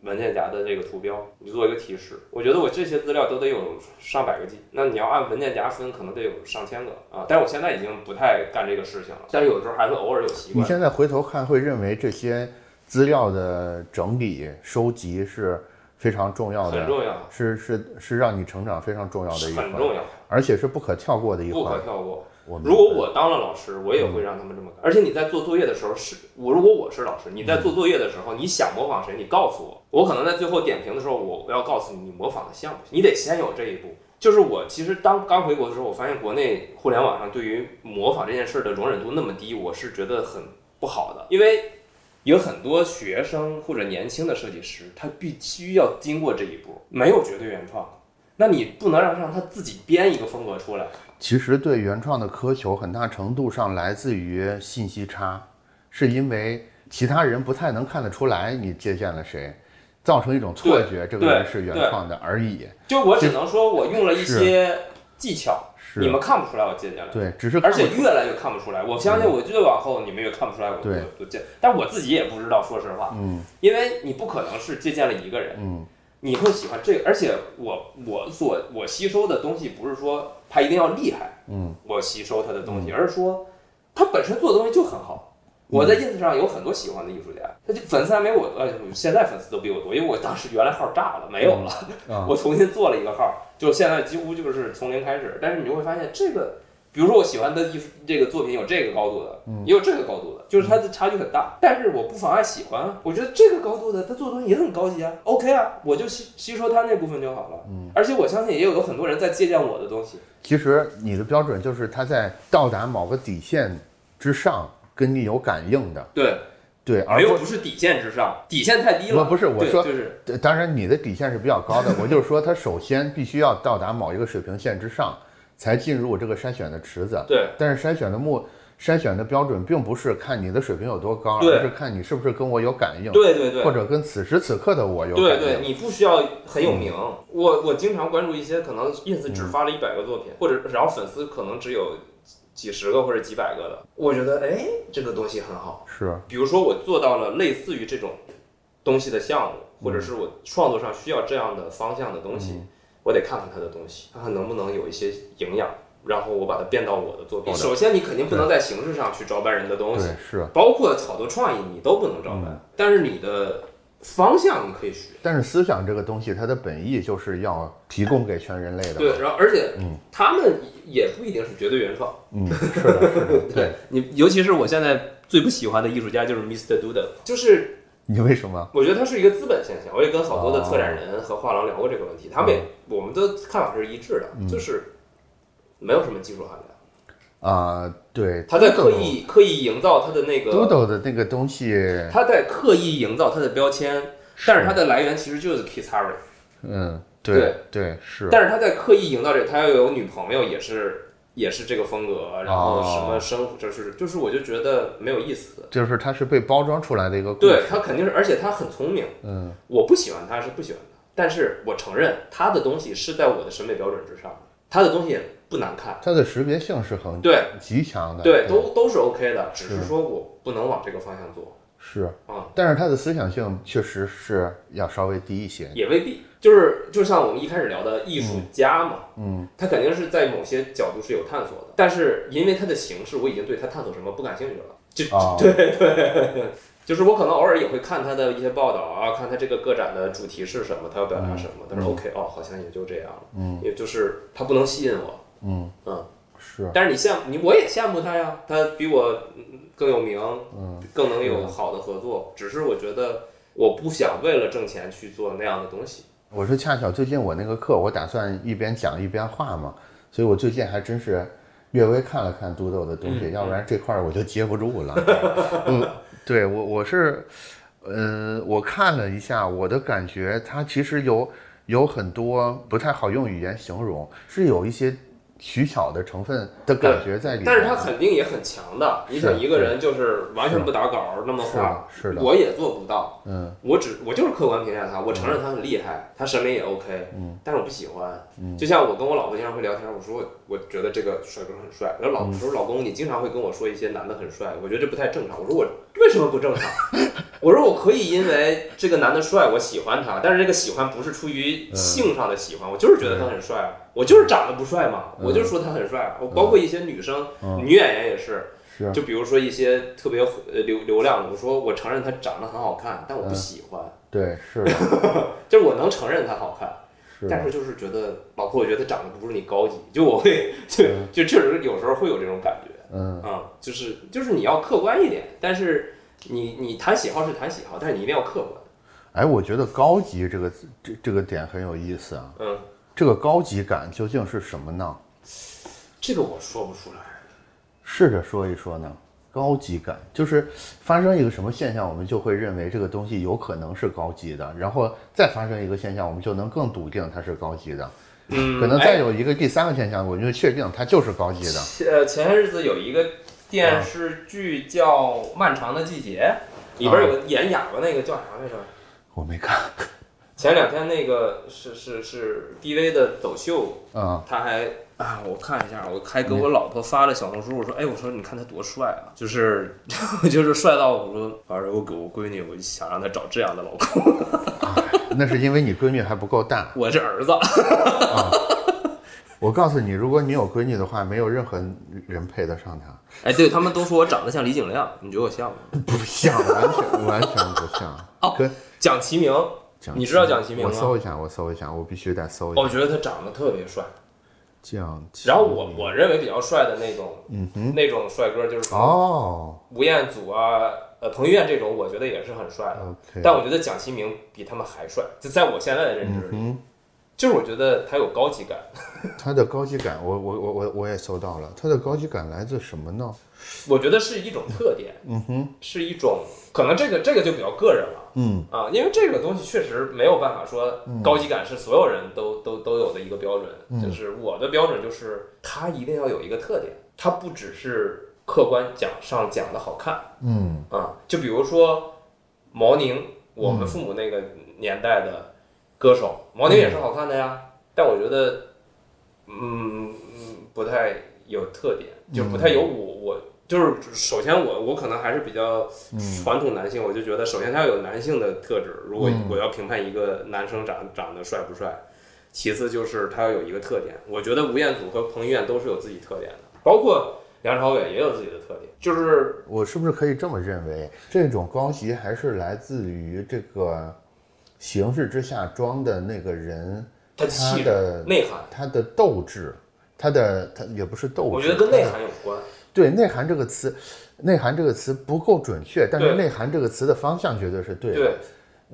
S2: 文件夹的这个图标，你就做一个提示。我觉得我这些资料都得有上百个 G，那你要按文件夹分，可能得有上千个啊。但是我现在已经不太干这个事情了，但是有时候还会偶尔有习
S1: 你
S2: 惯。
S1: 现在回头看会认为这些资料的整理收集是非常重要
S2: 很
S1: 的，
S2: 重要，
S1: 是是是让你成长非常重要的一
S2: 很
S1: 环，
S2: 重要，
S1: 而且是不可跳过的一
S2: 不可
S1: 环。
S2: 跳过。
S1: 我明白嗯
S2: 如果我当了老师，我也会让他们这么干。而且你在做作业的时候，是我如果我是老师，你在做作业的时候，你想模仿谁，你告诉我，我可能在最后点评的时候，我我要告诉你，你模仿的像不像？你得先有这一步。就是我其实当刚回国的时候，我发现国内互联网上对于模仿这件事儿的容忍度那么低，我是觉得很不好的，因为有很多学生或者年轻的设计师，他必须要经过这一步，没有绝对原创。那你不能让让他自己编一个风格出来，
S1: 其实对原创的苛求，很大程度上来自于信息差，是因为其他人不太能看得出来你借鉴了谁，造成一种错觉，这个人是原创的而已。
S2: 就我只能说，我用了一
S1: 是
S2: 些技巧，
S1: 是，
S2: 你们看不出来我借鉴了，
S1: 对，只是看
S2: 而
S1: 不嗯
S2: 且越来越看不出来。我相信我越往后，你们越看不出来我
S1: 对
S2: 我借，但我自己也不知道，说实话，
S1: 嗯
S2: 因为你不可能是借鉴了一个人，
S1: 嗯
S2: 你会喜欢这个。而且我我所我吸收的东西，不是说他一定要厉害，
S1: 嗯
S2: 我吸收他的东西，而是说他本身做的东西就很好。
S1: 嗯
S2: 我在 ins 上有很多喜欢的艺术家，他就粉丝还没我呃，现在粉丝都比我多，因为我当时原来号炸了，没有了。
S1: 啊
S2: 我重新做了一个号，就现在几乎就是从零开始。但是你就会发现，这个，比如说我喜欢的艺术这个作品有这个高度的，
S1: 嗯
S2: 也有这个高度的，就是它的差距很大。但是我不妨碍喜欢啊，我觉得这个高度的他做的东西也很高级啊，OK 啊，我就吸吸收他那部分就好了。
S1: 嗯
S2: 而且我相信也有很多人在借鉴我的东西，
S1: 其实你的标准就是他在到达某个底线之上，跟你有感应的，
S2: 对，
S1: 对，而
S2: 没有
S1: 不
S2: 不是底线之上，底线太低了。
S1: 不不是我
S2: 对
S1: 说
S2: 就是
S1: 对，当然你的底线是比较高的，我就是说，它首先必须要到达某一个水平线之上，才进入这个筛选的池子。
S2: 对，
S1: 但是筛选的目筛选的标准并不是看你的水平有多高，
S2: 对
S1: 而是看你是不是跟我有感应，
S2: 对对对
S1: 或。者跟此时此刻的我有感嗯
S2: 对
S1: 应。
S2: 对，你不需要很有名。我我经常关注一些可能 ins 只发了一百个作品，或者然后粉丝可能只有几十个或者几百个的，我觉得哎这个东西很好。
S1: 是，
S2: 比如说我做到了类似于这种东西的项目，或者是我创作上需要这样的方向的东西，我得看看他的东西，看看能不能有一些营养，然后我把它变到我的作品。首先，你肯定不能在形式上去照搬人的东西，
S1: 对是。
S2: 包括好多创意你都不能照搬，但是你的方向你可以学。
S1: 但是思想这个东西，它的本意就是要提供给全人类的。
S2: 对，，然嗯后而且他们也不一定是绝对原创。
S1: 嗯，是的，是的。对，
S2: 你，尤其是我现在最不喜欢的艺术家就是 Mr. Doodle，就是
S1: 你为什么？
S2: 我觉得它是一个资本现象。我也跟好多
S1: 啊
S2: 的策展人和画廊聊过这个问题，他们也我们的看法是一致的，就是没有什么技术含量。
S1: 啊、对，
S2: 他在刻意刻意营造他的那个，
S1: Doodle 的那个东西，
S2: 他在刻意营造他的标签，但是它的来源其实就是 Keith Haring。
S1: 嗯，
S2: 对
S1: 对，是。
S2: 但是他在刻意营造这个，他要有女朋友也是也是这个风格，然后什么
S1: 哦
S2: 生活，就是就是我就觉得没有意思。
S1: 就是它是被包装出来的一个故事，
S2: 对他肯定是，而且他很聪明。
S1: 嗯，
S2: 我不喜欢他是不喜欢他，但是我承认他的东西是在我的审美标准之上的，他的东西也不难看。
S1: 它的识别性是很
S2: 对
S1: 极强的，
S2: 对，都都是 OK 的，只
S1: 是
S2: 是说我不能往这个方向做，
S1: 是
S2: 嗯，
S1: 但是它的思想性确实是要稍微低一些，
S2: 也未必。就是就像我们一开始聊的艺术家嘛，
S1: 嗯，
S2: 他肯定是在某些角度是有探索的，但是因为他的形式，我已经对他探索什么不感兴趣了。就
S1: 啊，对，
S2: 就是我可能偶尔也会看他的一些报道啊，看他这个个展的主题是什么，他要表达什么，但是 OK 哦，好像也就这样了，
S1: 嗯，
S2: 也就是他不能吸引我，
S1: 嗯
S2: 嗯，
S1: 是，
S2: 但是你羡慕你，我也羡慕他呀，他比我嗯更有名，
S1: 嗯
S2: 更能有好的合作。只是我觉得我不想为了挣钱去做那样的东西。
S1: 我是恰巧最近我那个课，我打算一边讲一边画嘛，所以我最近还真是略微看了看嘟豆的东西，
S2: 嗯
S1: 要不然这块儿我就接不住了。 嗯，对我我是，呃，我看了一下，我的感觉它其实有有很多不太好用语言形容，是有一些取巧的成分的感觉在里面。
S2: 但是他肯定也很强的，你想一个人就是完
S1: 啊
S2: 全不打稿那么
S1: 是的
S2: 画，，
S1: 是的，
S2: 我也做不到。
S1: 嗯
S2: 我只我就是客观评价他，我承认他很厉害，他审美也 OK，
S1: 嗯
S2: 但是我不喜欢。就像我跟我老婆经常会聊天，我说我觉得这个帅哥很帅，然后老婆说老公你经常会跟我说一些男的很帅，我觉得这不太正常。我说我为什么 不正常？我说我可以因为这个男的帅，我喜欢他，但是这个喜欢不是出
S1: 嗯
S2: 于性上的喜欢，我就是觉得他很帅啊，我就是长得不帅嘛，
S1: 嗯
S2: 我就说他很帅啊。我包括一些女生，
S1: 嗯，
S2: 女演员也是，
S1: 是，
S2: 就比如说一些特别呃流流量的，我说我承认她长得很好看，但我不
S1: 嗯
S2: 喜欢，
S1: 对，是的，
S2: 就是我能承认她好看，
S1: 是
S2: 但
S1: 的，
S2: 是就是觉得老婆，我觉得长得不是你高级，就我会就
S1: 嗯
S2: 就确实有时候会有这种感觉
S1: 嗯，
S2: 啊、就是就是你要客观一点，但是你你谈喜好是谈喜好，但是你一定要客观，
S1: 哎，我觉得高级这个字这这个点很有意思啊。
S2: 嗯，
S1: 这个高级感究竟是什么呢？
S2: 这个我说不出来，
S1: 试着说一说呢。高级感就是发生一个什么现象，我们就会认为这个东西有可能是高级的，然后再发生一个现象，我们就能更笃定它是高级的。
S2: 嗯，
S1: 可能
S2: 哎
S1: 再有一个第三个现象，我们就确定它就是高级的。
S2: 前呃前些日子有一个电视剧叫《漫长的季节》，里边有个演哑巴那个叫啥来着？
S1: 我没看
S2: 前两天那个是是是 DV 的走秀，
S1: 啊，
S2: 他还嗯啊，我看一下，我还给我老婆发了小红书，我说，哎，我说你看他多帅啊，就是 就是帅到我说，反正我给我闺女，我就想让她找这样的老公，
S1: 那是因为你闺女还不够大。
S2: 我这儿子，
S1: 我告诉你，如果你有闺女的话，没有任何人配得上她，
S2: 哎，对他们都说我长得像李景亮，你觉得我像吗？
S1: 不像，完全完全不像。
S2: 哦
S1: 跟
S2: 蒋奇明，
S1: 蒋
S2: 你知道蒋奇明
S1: 我
S2: 吗
S1: 搜一下，我搜一下，我必须得搜一下。
S2: 我觉得他长得特别帅，
S1: 蒋奇
S2: 然后我
S1: 明
S2: 我认为比较帅的那种
S1: 嗯哼，
S2: 那种帅哥就是
S1: 哦
S2: 吴彦祖啊，呃，彭于晏这种，我觉得也是很帅的。
S1: ，OK，
S2: 但我觉得蒋奇明比他们还帅，就在我现在的认知
S1: 嗯
S2: 里，
S1: 哼，
S2: 就是我觉得他有高级感。
S1: 它的高级感，我我我我我也搜到了，它的高级感来自什么呢？
S2: 我觉得是一种特点，
S1: 嗯哼，
S2: 是一种可能这个这个就比较个人了
S1: 嗯
S2: 啊，因为这个东西确实没有办法说高级感是所有人都都都有的一个标准，
S1: 嗯
S2: 就是我的标准就是他一定要有一个特点，他不只是客观讲上讲的好看
S1: 嗯
S2: 啊，就比如说毛宁，我们父母那个年代的歌手，毛宁也是好看的呀，但我觉得嗯不太有特点，就不太有我我就是首先我我可能还是比较传统男性，我就觉得首先他要有男性的特质，如果
S1: 嗯
S2: 我要评判一个男生长长得帅不帅，其次就是他要有一个特点，我觉得吴彦祖和彭于晏都是有自己特点的，包括梁朝伟也有自己的特点，就是
S1: 我是不是可以这么认为？这种高级还是来自于这个形式之下装的那个人，
S2: 他
S1: 他
S2: 的气质
S1: 的
S2: 内涵，
S1: 他的斗志，他的他也不是斗志，
S2: 我觉得跟内
S1: 他的
S2: 涵有关。
S1: 对内涵这个词，内涵这个词不够准确，但是
S2: 对
S1: 内涵这个词的方向绝对是对的。
S2: 对，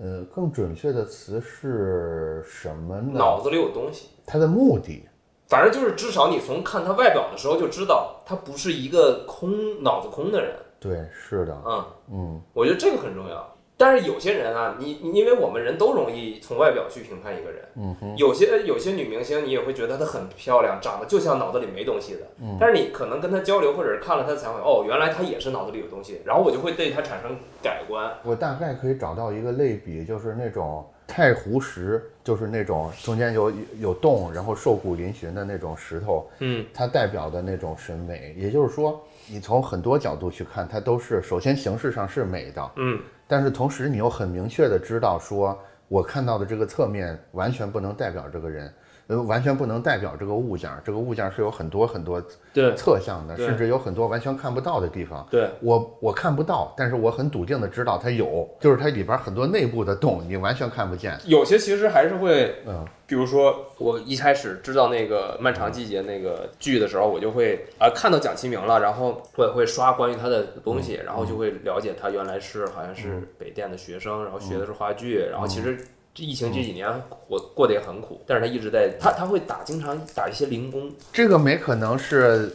S1: 呃，更准确的词是什么呢？
S2: 脑子里有东西。
S1: 它的目的，
S2: 反正就是至少你从看他外表的时候就知道，他不是一个空脑子空的人。
S1: 对，是的，
S2: 嗯，
S1: 嗯，
S2: 我觉得这个很重要。
S3: 但是有些人啊，你你因为我们人都容易从外表去评判一个人，
S1: 嗯哼，
S3: 有些有些女明星你也会觉得她很漂亮，长得就像脑子里没东西的，
S1: 嗯
S3: 但是你可能跟她交流或者是看了她的采访，哦，原来她也是脑子里有东西，然后我就会对她产生改观。
S1: 我大概可以找到一个类比，就是那种太湖石，就是那种中间有有洞，然后瘦骨嶙峋的那种石头，
S2: 嗯，
S1: 它代表的那种审美。也就是说，你从很多角度去看，它都是首先形式上是美的，
S2: 嗯，
S1: 但是同时你又很明确的知道说，我看到的这个侧面完全不能代表这个人。呃，完全不能代表这个物件儿，这个物件儿是有很多很多
S2: 对
S1: 侧向的，
S2: 对
S1: 甚至有很多完全看不到的地方。
S2: 对，
S1: 我我看不到，但是我很笃定的知道它有，就是它里边很多内部的洞，你完全看不见。
S2: 有些其实还是会，
S1: 嗯，
S2: 比如说我一开始知道那个《漫长季节》那个剧的时候，我就会啊、看到蒋奇明了，然后我也会刷关于他的东西，然后就会了解他原来是好像是北电的学生，然后学的是话剧，然后其实。这疫情这几年我过得也很苦，但是他一直在他他会打经常打一些零工，
S1: 这个没可能是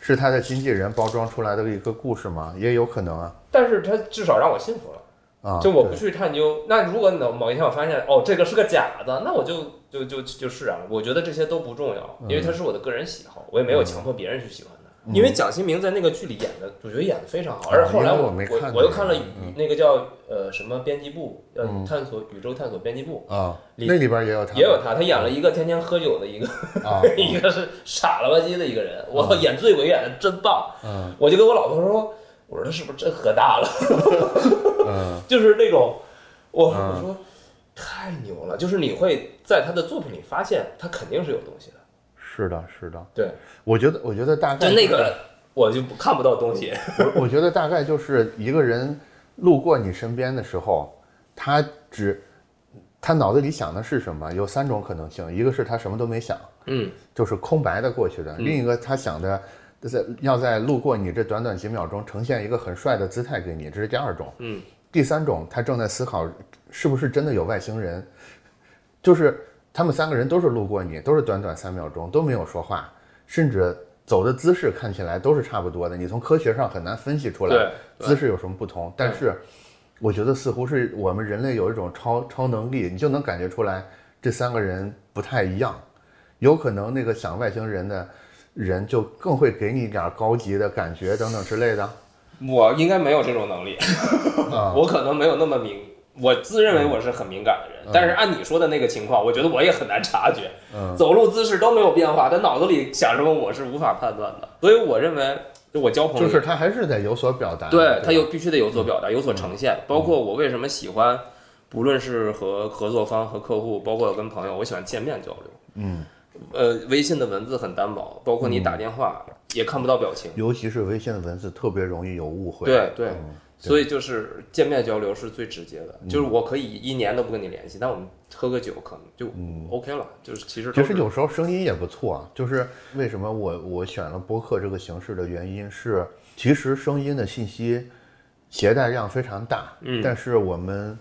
S1: 是他的经纪人包装出来的一个故事吗？也有可能啊
S3: 但是她至少让我信服了。
S1: 啊！
S3: 就我不
S1: 对
S3: 去探究，那如果某某一天我发现哦，这个是个假的，那我就就就就释然了。我觉得这些都不重要，
S1: 嗯
S3: 因为它是我的个人喜好，我也没有强迫别人去喜欢它。因为蒋新明在那个剧里演的，我觉得演的非常好，而后来
S1: 啊因为
S3: 我
S1: 我没
S3: 我
S1: 看
S3: 我又
S1: 那个
S3: 看了宇
S1: 嗯
S3: 那个叫呃什么编辑部，呃
S1: 嗯
S3: 探索宇宙探索编辑部
S1: 啊，
S3: 里
S1: 那里边也有他，
S3: 也有他，他演了一个天天喝酒的一个
S1: 啊，
S3: 一个是傻了吧唧的一个人，我演醉鬼演的真棒，
S1: 嗯
S3: 我就跟我老婆说，我说他是不是真喝大了？
S1: 嗯
S3: 就是那种，我
S1: 嗯
S3: 我说太牛了，就是你会在他的作品里发现他肯定是有东西的，
S1: 是的，是的，
S3: 对，
S1: 我觉得我觉得大概
S3: 就那个我就不看不到东西，
S1: 我我觉得大概就是一个人路过你身边的时候，他只他脑子里想的是什么？有三种可能性，一个是他什么都没想，
S2: 嗯，
S1: 就是空白的过去的；另一个他想的。在要在路过你这短短几秒钟，呈现一个很帅的姿态给你，这是第二种。
S2: 嗯，
S1: 第三种，他正在思考是不是真的有外星人，就是他们三个人都是路过你，都是短短三秒钟，都没有说话，甚至走的姿势看起来都是差不多的，你从科学上很难分析出来
S2: 对
S1: 姿势有什么不同。但是，我觉得似乎是我们人类有一种超超能力，你就能感觉出来这三个人不太一样，有可能那个想外星人的人就更会给你一点高级的感觉等等之类的。
S2: 我应该没有这种能力，
S1: 啊
S2: 我可能没有那么敏，我自认为我是很敏感的人，但是按你说的那个情况，我觉得我也很难察觉，
S1: 嗯
S2: 走路姿势都没有变化，但脑子里想什么我是无法判断的，所以我认为就我交朋友
S1: 就是他还是得有所表达，
S2: 对他
S1: 吧
S2: 有必须得有所表达，有所呈
S1: 嗯
S2: 现。包括我为什么喜欢，不论是和合作方、和客户，包括跟朋友，我喜欢见面交流。
S1: 嗯，
S2: 呃，微信的文字很单薄，包括你打电话也看不到表情。
S1: 尤其是微信的文字特别容易有误会。
S2: 对对
S1: 嗯
S2: 所以就是见面交流是最直接的，就是我可以一年都不跟你联系，但我们喝个酒可能就 OK 了，就是其实都
S1: 嗯其
S2: 是
S1: 实有时候声音也不错啊，就是为什么我我选了播客这个形式的原因是，其实声音的信息携带量非常大，嗯，但是我们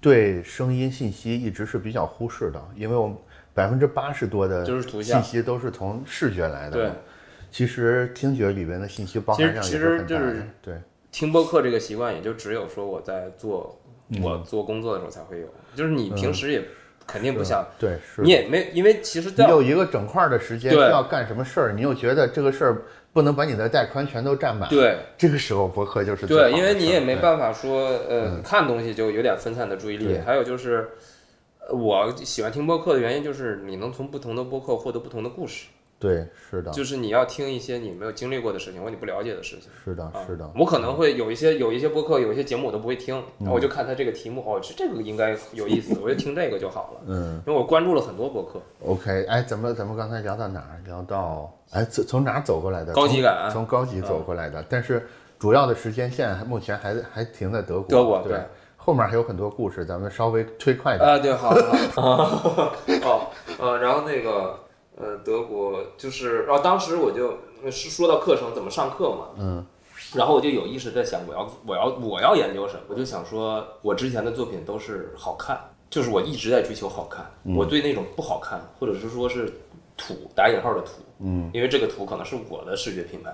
S1: 对声音信息一直是比较忽视的，因为我们百分之八十多的
S2: 就是图像
S1: 信息都是从视觉来的，
S2: 对。
S1: 其实听觉里边的信息包含量
S2: 其
S1: 也
S2: 实
S1: 是很
S2: 其
S1: 大
S2: 实就
S1: 的，
S2: 是
S1: 对，
S2: 听播客这个习惯，也就只有说我在做
S1: 嗯
S2: 我做工作的时候才会有，就是你平时也肯定不想，
S1: 对嗯是的
S2: 你也没因为其实
S1: 你
S2: 在
S1: 有一个整块儿的时间需
S2: 对
S1: 要干什么事儿，你又觉得这个事儿不能把你的带宽全都占满，，
S2: 对
S1: 这个时候博客就是最
S2: 对，
S1: 好
S2: 因
S1: 的事
S2: 为你
S1: 儿
S2: 也没
S1: 对嗯
S2: 办法说，呃，看东西就有点分散的注意力
S1: 对。
S2: 还有就是，呃我喜欢听播客的原因就是你能从不同的播客获得不同的故事，
S1: 对，是的，
S2: 就是你要听一些你没有经历过的事情或你不了解的事情。
S1: 是的，
S2: 啊
S1: 是的，
S2: 我可能会有一些有一些播客，有一些节目我都不会听，那我就
S1: 嗯
S2: 看他这个题目，哦，这这个应该有意思，我就听这个就好了。
S1: 嗯
S2: 因为我关注了很多播客，
S1: ，OK，哎，咱们咱们刚才聊到哪儿？聊到哎，从从哪儿走过来的？
S2: 高级
S1: 从
S2: 感啊
S1: 从高级走过来的，但是主要的时间线还目前还还停在德国，
S2: 德国
S1: 对
S2: 对，
S1: 后面还有很多故事，咱们稍微推快点。
S2: 啊，对，好，好，哦，呃，然后那个，呃，德国就是，然后当时我就是说到课程怎么上课嘛，
S1: 嗯，
S2: 然后我就有意识在想，我要，我要，我要研究什么？我就想说，我之前的作品都是好看，就是我一直在追求好看，我对那种不好看，或者是说是土打引号的土，嗯，因为这个土可能是我的视觉品牌。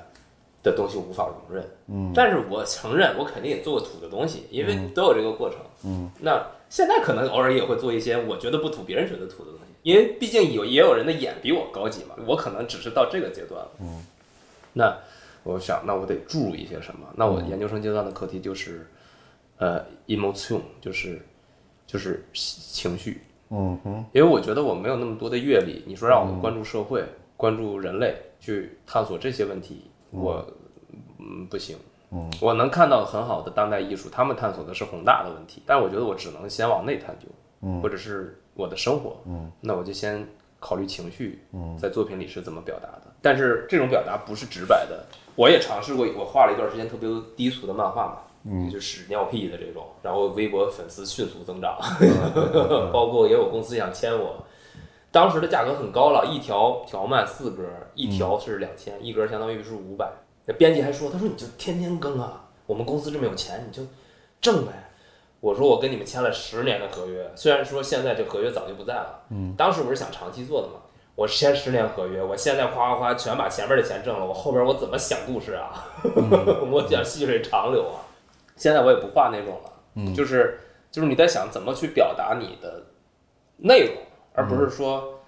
S2: 的东西无法容忍。嗯，但是我承认，我肯定也做过土的东西，因为都有这个过程。嗯，那现在可能偶尔也会做一些我觉得不土，别人觉得土的东西，因为毕竟有也有人的眼比我高级嘛，我可能只是到这个阶段了。嗯，那我想，那我得注入一些什么？那我研究生阶段的课题就是，呃，emotion，就是就是情绪。
S1: 嗯哼，
S2: 因为我觉得我没有那么多的阅历，你说让我关注社会、关注人类，去探索这些问题，我嗯不行。嗯，我能看到很好的当代艺术，他们探索的是宏大的问题，但我觉得我只能先往内探究，嗯，或者是我的生活，嗯，那我就先考虑情绪，嗯，在作品里是怎么表达的。但是这种表达不是直白的，我也尝试过，我画了一段时间特别低俗的漫画嘛。嗯，就屎尿屁的这种，然后微博粉丝迅速增长，嗯 包括也有公司想签我，当时的价格很高了，一条条漫四格，一条是两千、一格相当于是五百。那编辑还说，他说你就天天更啊，我们公司这么有钱，你就挣呗。我说我跟你们签了十年的合约，虽然说现在这合约早就不在了，嗯，当时我是想长期做的嘛，我签十年合约，我现在夸夸夸全把前面的钱挣了，我后边我怎么想故事啊？ 我想细水长流啊。现在我也不画那种了，嗯，就是就是你在想怎么去表达你的内容，而不是说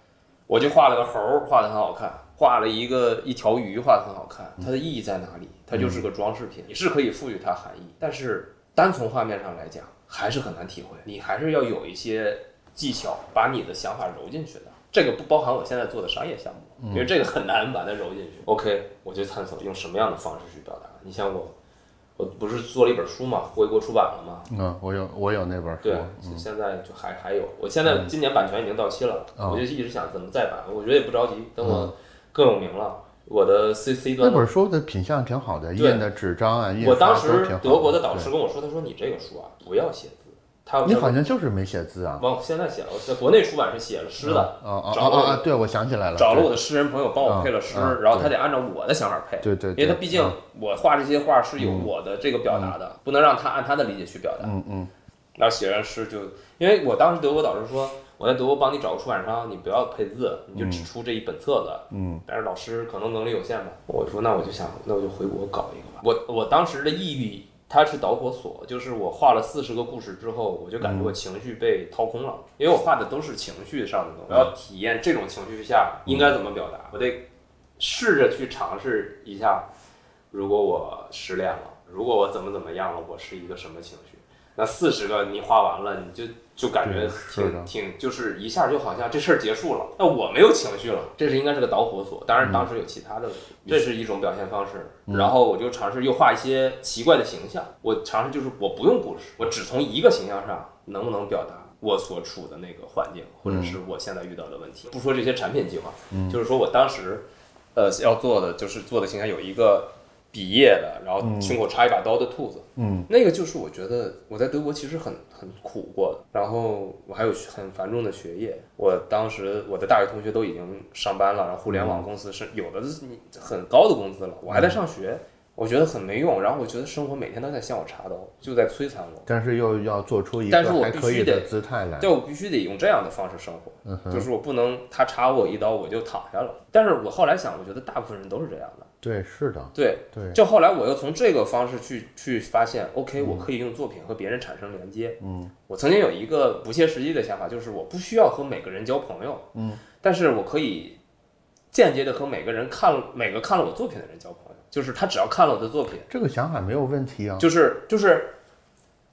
S2: 我就画了个猴儿，画的很好看，画了一个一条鱼，画的很好看，它的意义在哪里？它就是个装饰品，你是可以赋予它含义，但是单从画面上来讲，还是很难体会，你还是要有一些技巧，把你的想法揉进去的。这个不包含我现在做的商业项目，因为这个很难把它揉进去。OK，我就探索用什么样的方式去表达。你像我，我不是做了一本书嘛，回国出版了嘛，
S1: 嗯，我有我有那本书
S2: 啊对，，现现在就还还有，我现
S1: 嗯
S2: 在今年版权已经到期了，
S1: 哦
S2: 我就一直想怎么再版，我觉得也不着急，等
S1: 嗯
S2: 我更有名了，我的 C C
S1: 那
S2: 端，
S1: 本书的品相挺好的，
S2: 对
S1: 印的纸张啊，印
S2: 我
S1: 刷
S2: 当
S1: 都
S2: 时
S1: 挺好
S2: 德国的导师跟我说，他说你这个书啊不要写字，他
S1: 对你好像就是没写字啊，
S2: 往我现在写了，我在国内出版是写了诗的，
S1: 啊啊
S2: 找
S1: 啊
S2: 了
S1: 啊！对，我想起来了，
S2: 找了
S1: 对
S2: 我的诗人朋友帮我配了诗
S1: 嗯嗯，
S2: 然后他得按照我的想法配，
S1: 对对对嗯
S2: 因为他毕竟我画这些画是有我的这个表达的，不能让他按他的理解去表达。
S1: 嗯嗯
S2: 然后写完诗就，因为我当时德国导师说，我在德国帮你找个出版商，你不要配字，你就只出这一本册子。
S1: 嗯，
S2: 但是老师可能能力有限吧，我说那我就想，那我就回国搞一个吧。我我当时的抑郁，它是导火索，就是我画了四十个故事之后，我就
S1: 嗯
S2: 感觉我情绪被掏空了，因为我画的都是情绪上的
S1: 嗯
S2: 东西，我要体验这种情绪下应该怎么表达，我得试着去尝试一下，如果我失恋了，如果我怎么怎么样了，我是一个什么情绪？那四十个你画完了，你就就感觉
S1: 对是的
S2: 挺挺，就是一下就好像这事儿结束了。那我没有情绪了，这是应该是个导火索。
S1: 嗯
S2: 当然当时有其他的，这是一种表现方式。然后我就尝试又画一些奇怪的形象，我尝试就是我不用故事，我只从一个形象上能不能表达。我所处的那个环境，或者
S1: 嗯
S2: 是我现在遇到的问题，不说这些产品计划，就是说我当时呃要做的就是做的形象有一个比耶的，然后胸口插一把刀的兔子，
S1: 嗯，
S2: 那个就是我觉得我在德国其实很很苦过的，然后我还有很繁重的学业，我当时我的大学同学都已经上班了，然后互联网公司是有的是你很高的工资了，我还在上学。我觉得很没用，然后我觉得生活每天都在向我插刀，就在摧残我。
S1: 但是又要做出一
S2: 但是
S1: 个
S2: 我
S1: 还
S2: 必
S1: 可
S2: 须
S1: 以的
S2: 得
S1: 姿态来，
S2: 但我必须得用这样的方式生活，就是我不能他插我一刀我就躺下了。但是我后来想，我觉得大部分人都是这样的。
S1: 对，是的，
S2: 对，
S1: 对，
S2: 就后来我又从这个方式去去发现，OK，我可以用作品和别人产生连接。嗯，我曾经有一个不切实际的想法，就是我不需要和每个人交朋友，嗯，但是我可以间接的和每个人看每个看了我作品的人交朋友，就是他只要看了我的作品，
S1: 这个想法没有问题啊，
S2: 就是就是，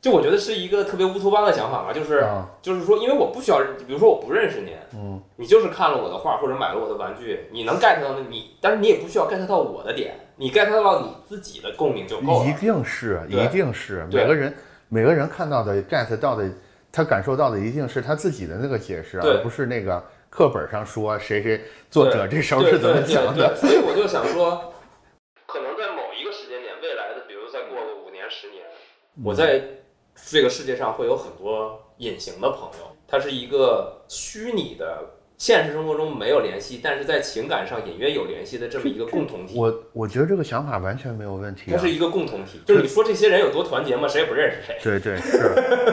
S2: 就我觉得是一个特别乌托邦的想法嘛，就是、
S1: 啊
S2: 就是说，因为我不需要，比如说我不认识你，嗯，你就是看了我的画或者买了我的玩具，你能 get 到的你，但是你也不需要 get 到我的点，你 get 到你自己的共鸣就够
S1: 一
S2: 了。
S1: 定是，
S2: 对
S1: 一定是，
S2: 对
S1: 每个人每个人看到的、get 到的，他感受到的一定是他自己的那个解释，
S2: 对
S1: 而不是那个课本上说谁谁作者这时候是
S2: 对
S1: 怎么想的。
S2: 对对对所以我就想说，可能在某一个时间点，未来的，比如再过个五年、十年，
S1: 嗯
S2: 我在这个世界上会有很多隐形的朋友，他是一个虚拟的。现实生活中没有联系，但是在情感上隐约有联系的这么一个共同体，
S1: 我我觉得这个想法完全没有问题、
S2: 它
S1: 啊。
S2: 是一个共同体。就是你说这些人有多团结吗？谁也不认识谁。
S1: 对对是，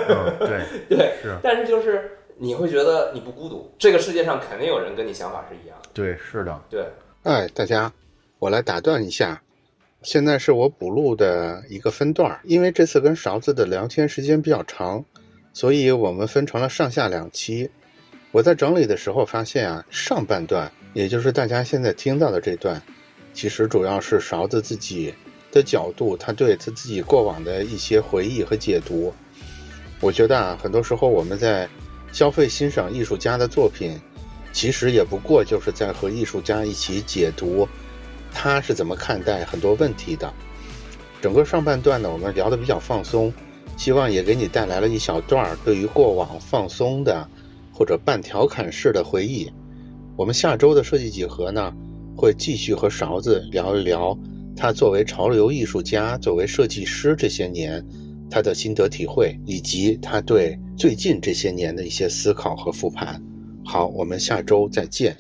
S1: 嗯对
S2: 对，
S1: 是
S2: 但是就是你会觉得你不孤独，这个世界上肯定有人跟你想法是一样的。
S1: 对是的。
S2: 对，
S1: 哎，大家，我来打断一下。现在是我补录的一个分段儿，因为这次跟勺子的聊天时间比较长，所以我们分成了上下两期。我在整理的时候发现啊，上半段，也就是大家现在听到的这段，其实主要是勺子自己的角度，他对他自己过往的一些回忆和解读。我觉得啊，很多时候我们在消费欣赏艺术家的作品，其实也不过就是在和艺术家一起解读他是怎么看待很多问题的。整个上半段呢，我们聊得比较放松，希望也给你带来了一小段儿对于过往放松的或者半调侃式的回忆。我们下周的设计几何呢，会继续和勺子聊一聊他作为潮流艺术家、作为设计师这些年他的心得体会，以及他对最近这些年的一些思考和复盘。好，我们下周再见。